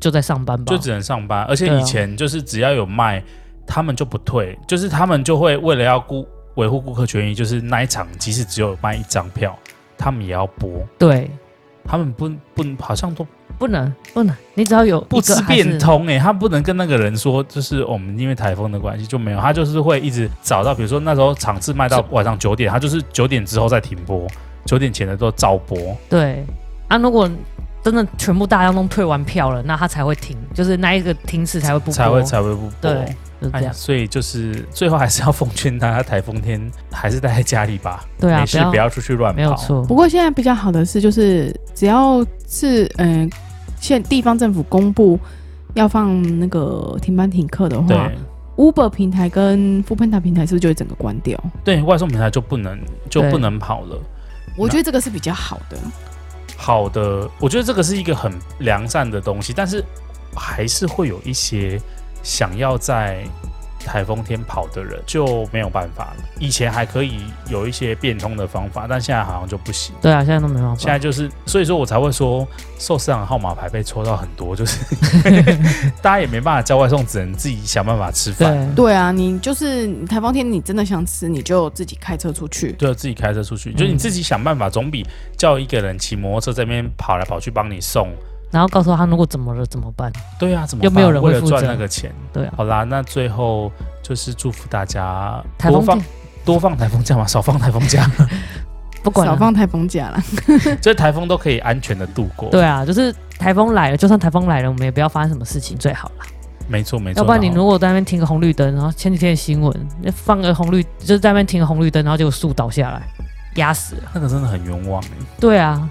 B: 就在上班吧
A: 就。只能上班。而且
B: 对啊
A: 以前就是只要有卖，他们就不退，就是他们就会为了要顾维护顾客权益，就是那一场即使只有卖一张票，他们也要播。
B: 对，
A: 他们不不好像都
B: 不能不能，你只要有
A: 不
B: 一个
A: 吃
B: 还是
A: 变通哎、他不能跟那个人说，就是我们因为台风的关系就没有，他就是会一直找到，比如说那时候场次卖到晚上九点，他就是九点之后再停播，九点前的都照播。
B: 对啊，如果真的全部大家都退完票了，那他才会停，就是那一个停止才会不播
A: 才会才会不播。
B: 对，就是这
A: 哎，
B: 样。
A: 所以就是最后还是要奉劝大家，台风天还是待在家里吧，
B: 对啊
A: 没，事不要出去乱跑。
B: 没有，错
C: 不，过现在比较好的是，就是只要是嗯、县地方政府公布要放那个停班停课的话
A: 对
C: ，Uber 平台跟 f o o p a n d a 平台是不是就会整个关掉？
A: 对，外送平台就不能就
B: 对
A: 不能跑了。
C: 我觉得这个是比较好的。
A: 好的，我觉得这个是一个很良善的东西，但是还是会有一些想要在台风天跑的人就没有办法了。以前还可以有一些变通的方法，但现在好像就不行。
B: 对啊，现在都没办
A: 现在
B: 法。
A: 就是，所以说我才会说寿司郎号码牌被抽到很多，就是 大家也没办法叫外送，只能自己想办法吃饭，
B: 对，
C: 对啊，你就是你台风天，你真的想吃，你就自己开车出去。
A: 就自己开车出
B: 嗯
A: 去，就你自己想办法，总比叫一个人骑摩托车在那边跑来跑去帮你送。
B: 然后告诉他如果怎么了怎么办？
A: 对啊，怎么
B: 又没有
A: 办
B: 人会
A: 为了
B: 负责
A: 赚那个钱？
B: 对啊，
A: 好啦，那最后就是祝福大家
B: 台
A: 多
B: 风
A: 放
B: 天
A: 多放台风假嘛， 少放台风假，
B: 不管
C: 少
B: 了。
C: 放台风假啦，
A: 这台风都可以安全的度过。
B: 对，啊，就是台风来了，就算台风来了，我们也不要发生什么事情最好啦。
A: 没错没错。
B: 要不然你
A: 后
B: 如果在那边停个红绿灯，然后前几天的新闻那放个红绿，就是在那边停个红绿灯，然后结果树倒下来，压死了。
A: 那个真的很冤枉欸
B: 对啊，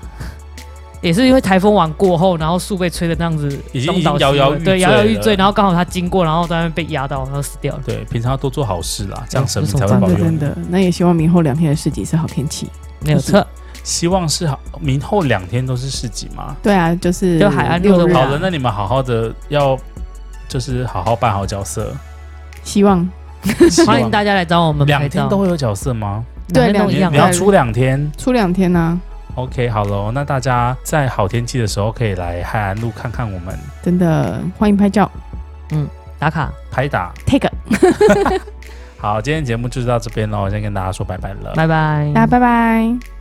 B: 也是因为台风完过后，然后树被吹的那样子
A: 已经
B: 东倒
A: 已经摇
B: 西
A: 摇
B: 歪
A: 欲
B: 对
A: 坠
B: 摇摇欲
A: 了
B: 坠，然后刚好它经过，然后在那边被压到，然后死掉了。
A: 对，平常要多做好事啦，这样神明才
B: 有
A: 会
B: 什
C: 真
B: 么
A: 保
C: 的
A: 佑你。
C: 真的。那也希望明后两天的市集是好天气。
B: 没有错，
A: 希望是好，明后两天都是市集嘛。
C: 对啊，就是
B: 就海岸路的
C: 六日
B: 对啊
A: 好
C: 啊，
A: 了，那你们好好的要，就是好好扮好角 色。
C: 希望
A: 希望
B: 欢迎大家来找我们
A: 两
B: 拍
A: 天
B: 照。
A: 都会有角色吗？
B: 两
C: 对
B: 天都
C: 两
B: 一
A: 你
B: 样
A: 你
B: 啊
A: 要出两天
C: 出两天啊呢、
A: ，OK，好喽。那大家在好天气的时候可以来海岸路看看我们
C: 啊，真的欢迎拍照
B: 打卡，
A: 拍打。
C: ，take，
A: 好，今天节目就到这边喽，先跟大家说拜拜了，
C: 嗯
B: 拜拜，
C: 大家拜拜。